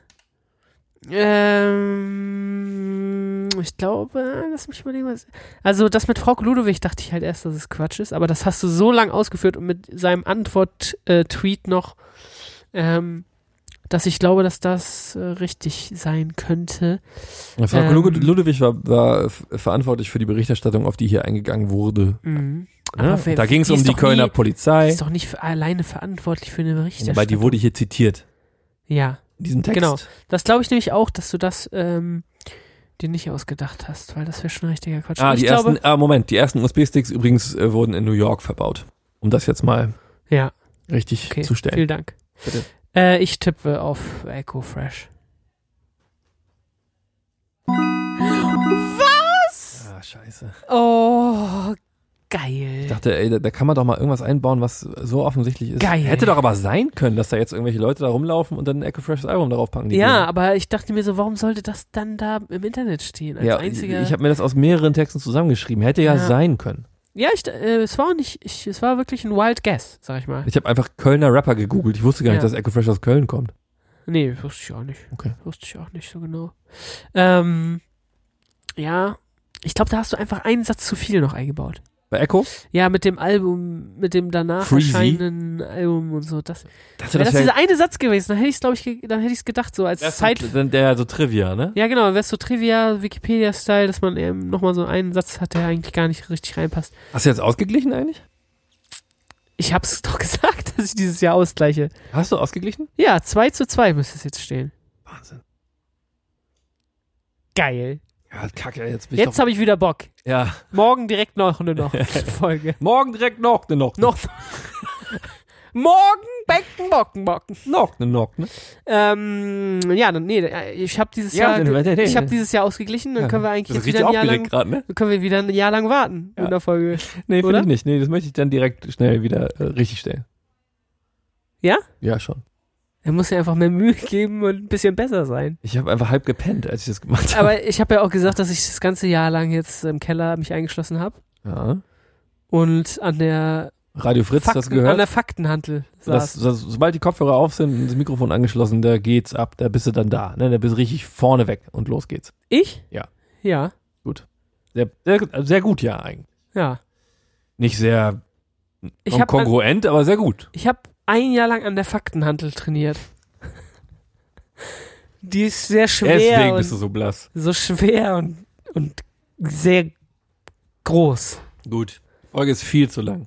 Speaker 1: Ähm, ich glaube, lass mich überlegen, was. Also, das mit Frau Ludowig dachte ich halt erst, dass es Quatsch ist, aber das hast du so lang ausgeführt und mit seinem Antwort-Tweet noch, ähm, dass ich glaube, dass das äh, richtig sein könnte.
Speaker 2: Frau
Speaker 1: Ähm.
Speaker 2: Lud- Ludwig war, war f- verantwortlich für die Berichterstattung, auf die hier eingegangen wurde.
Speaker 1: Mhm.
Speaker 2: Ne?
Speaker 1: wer-
Speaker 2: Da ging es
Speaker 1: die
Speaker 2: um
Speaker 1: ist
Speaker 2: die
Speaker 1: doch
Speaker 2: Kölner
Speaker 1: nie- Die
Speaker 2: Polizei,
Speaker 1: ist doch nicht für, alleine verantwortlich für eine Berichterstattung.
Speaker 2: weil die wurde hier zitiert.
Speaker 1: ja.
Speaker 2: In diesem Text.
Speaker 1: Genau. Das glaube ich nämlich auch, dass du das ähm, dir nicht ausgedacht hast, weil das wäre schon ein richtiger Quatsch.
Speaker 2: Ah,
Speaker 1: ich
Speaker 2: die
Speaker 1: glaube,
Speaker 2: ersten, ah, Moment, die ersten USB-Sticks übrigens äh, wurden in New York verbaut. Um das jetzt mal
Speaker 1: Ja,
Speaker 2: richtig
Speaker 1: okay.
Speaker 2: zu stellen.
Speaker 1: Vielen Dank.
Speaker 2: Bitte.
Speaker 1: Äh, ich tippe auf Echo Fresh. Was?
Speaker 2: Ah, scheiße.
Speaker 1: Oh,
Speaker 2: Ich
Speaker 1: geil.
Speaker 2: dachte, ey, da, da kann man doch mal irgendwas einbauen, was so offensichtlich ist.
Speaker 1: Geil.
Speaker 2: Hätte doch aber sein können, dass da jetzt irgendwelche Leute da rumlaufen und dann ein Echo Fresh Album darauf packen. die
Speaker 1: Ja,
Speaker 2: Bösen.
Speaker 1: aber ich dachte mir so, warum sollte das dann da im Internet stehen? Als
Speaker 2: ja ich,
Speaker 1: einziger.
Speaker 2: ich habe mir das aus mehreren Texten zusammengeschrieben. Hätte ja,
Speaker 1: Ja.
Speaker 2: sein können.
Speaker 1: ja, ich, äh, es war auch nicht, ich, es war wirklich ein Wild Guess, sag ich mal.
Speaker 2: Ich habe einfach Kölner Rapper gegoogelt. Ich wusste gar nicht,
Speaker 1: Ja.
Speaker 2: dass Echo Fresh aus Köln kommt.
Speaker 1: Nee, wusste ich auch nicht.
Speaker 2: Okay.
Speaker 1: Wusste ich auch nicht so genau. Ähm, ja, ich glaube, da hast du einfach einen Satz zu viel noch eingebaut.
Speaker 2: Bei Echo?
Speaker 1: Ja, mit dem Album, mit dem danach
Speaker 2: Freezy.
Speaker 1: erscheinenden Album und so. Das,
Speaker 2: Dachte,
Speaker 1: wäre das dieser eine Satz gewesen, dann hätte ich es, glaube ich, ge- dann hätte ich es gedacht, so als Zeit.
Speaker 2: Dann der so Trivia, ne?
Speaker 1: Ja, genau, wärst so Trivia, Wikipedia-Style, dass man eben nochmal so einen Satz hat, der eigentlich gar nicht richtig reinpasst.
Speaker 2: Hast du jetzt ausgeglichen eigentlich?
Speaker 1: Ich hab's doch gesagt, dass ich dieses Jahr ausgleiche.
Speaker 2: Hast du ausgeglichen?
Speaker 1: Ja, 2 zu 2 müsste es jetzt stehen.
Speaker 2: Wahnsinn.
Speaker 1: Geil.
Speaker 2: Ja, kacke, jetzt bin ich
Speaker 1: Jetzt habe ich wieder Bock.
Speaker 2: doch... Ja.
Speaker 1: Morgen direkt noch eine noch Folge.
Speaker 2: Morgen direkt noch, ne noch.
Speaker 1: Noch. Morgen Becken, Bocken, Bocken.
Speaker 2: Noch, ne noch, ne?
Speaker 1: Ähm, ja, dann, nee, ich habe dieses
Speaker 2: Ja,
Speaker 1: Jahr,
Speaker 2: nee, nee, nee.
Speaker 1: ich habe dieses Jahr ausgeglichen, dann können wir eigentlich
Speaker 2: Das ist
Speaker 1: jetzt wieder
Speaker 2: richtig
Speaker 1: ein Jahr
Speaker 2: aufgeregt
Speaker 1: lang,
Speaker 2: gerade, ne?
Speaker 1: dann können wir wieder ein Jahr lang warten
Speaker 2: Ja.
Speaker 1: in der Folge.
Speaker 2: Nee, finde
Speaker 1: Oder?
Speaker 2: ich nicht. Nee, das möchte ich dann direkt schnell wieder äh, richtig stellen.
Speaker 1: Ja?
Speaker 2: Ja, schon.
Speaker 1: Er muss ja einfach mehr Mühe geben und ein bisschen besser sein.
Speaker 2: Ich habe einfach halb gepennt, als ich das gemacht habe.
Speaker 1: Aber ich habe ja auch gesagt, dass ich das ganze Jahr lang jetzt im Keller mich eingeschlossen habe
Speaker 2: Ja.
Speaker 1: und an der
Speaker 2: Radio Fritz, das
Speaker 1: Fakten, an
Speaker 2: gehört.
Speaker 1: der Faktenhandel
Speaker 2: Das,
Speaker 1: saß.
Speaker 2: das, sobald die Kopfhörer auf sind und das Mikrofon angeschlossen, da geht's ab. Da bist du dann da. Ne? Da bist du richtig vorne weg und los geht's.
Speaker 1: ich?
Speaker 2: Ja.
Speaker 1: Ja.
Speaker 2: Sehr, sehr, gut- sehr gut, ja, eigentlich.
Speaker 1: Ja.
Speaker 2: Nicht sehr
Speaker 1: Ich habe
Speaker 2: kongruent, aber sehr gut.
Speaker 1: Ich habe ein Jahr lang an der Faktenhandel trainiert. Die ist sehr schwer
Speaker 2: Deswegen
Speaker 1: und
Speaker 2: bist du so blass.
Speaker 1: so schwer und, und sehr groß.
Speaker 2: Gut. Die Folge ist viel zu lang.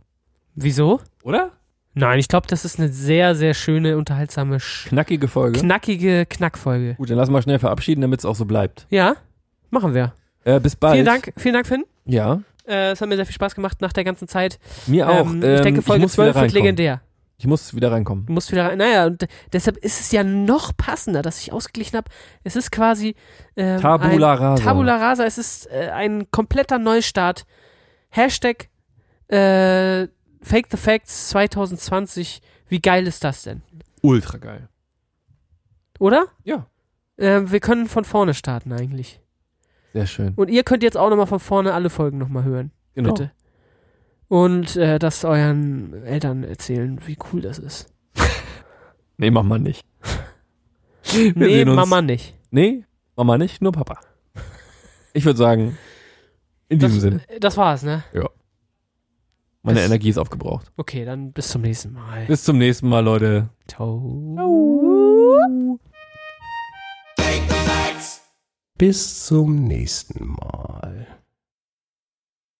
Speaker 1: Wieso?
Speaker 2: Oder?
Speaker 1: Nein, ich glaube, das ist eine sehr, sehr schöne, unterhaltsame, sch
Speaker 2: Knackige Folge.
Speaker 1: knackige Knackfolge.
Speaker 2: gut, dann lass mal schnell verabschieden, damit es auch so bleibt.
Speaker 1: Ja, machen wir.
Speaker 2: Äh, bis bald.
Speaker 1: Vielen Dank, vielen Dank, Finn.
Speaker 2: Ja,
Speaker 1: Äh, es hat mir sehr viel Spaß gemacht nach der ganzen Zeit.
Speaker 2: mir auch.
Speaker 1: Ähm, ich
Speaker 2: Ähm,
Speaker 1: denke, Folge
Speaker 2: muss wieder
Speaker 1: 12 wird
Speaker 2: reinkommen.
Speaker 1: legendär.
Speaker 2: Ich muss wieder reinkommen.
Speaker 1: Du musst wieder rein. Naja, und deshalb ist es ja noch passender, dass ich ausgeglichen habe. Es ist quasi ähm, ein,
Speaker 2: Tabula rasa.
Speaker 1: Tabula rasa, es ist äh, ein kompletter Neustart. Hashtag äh, Fake the Facts 2020. Wie geil ist das denn?
Speaker 2: Ultra geil.
Speaker 1: Oder?
Speaker 2: Ja.
Speaker 1: Äh, wir können von vorne starten eigentlich.
Speaker 2: Sehr schön.
Speaker 1: Und ihr könnt jetzt auch nochmal von vorne alle Folgen nochmal hören.
Speaker 2: Genau.
Speaker 1: Bitte. Und äh, das euren Eltern erzählen, wie cool das ist.
Speaker 2: Nee, mach mal nicht. Wir
Speaker 1: Nee,
Speaker 2: sehen uns.
Speaker 1: Mama nicht.
Speaker 2: Nee, Mama nicht, nur Papa. Ich würde sagen, in
Speaker 1: Das,
Speaker 2: diesem Sinne,
Speaker 1: das war's, ne?
Speaker 2: meine
Speaker 1: das-
Speaker 2: Energie ist aufgebraucht.
Speaker 1: Okay, dann bis zum nächsten Mal.
Speaker 2: Bis zum nächsten Mal, Leute.
Speaker 1: Ciao.
Speaker 3: Bis zum nächsten Mal.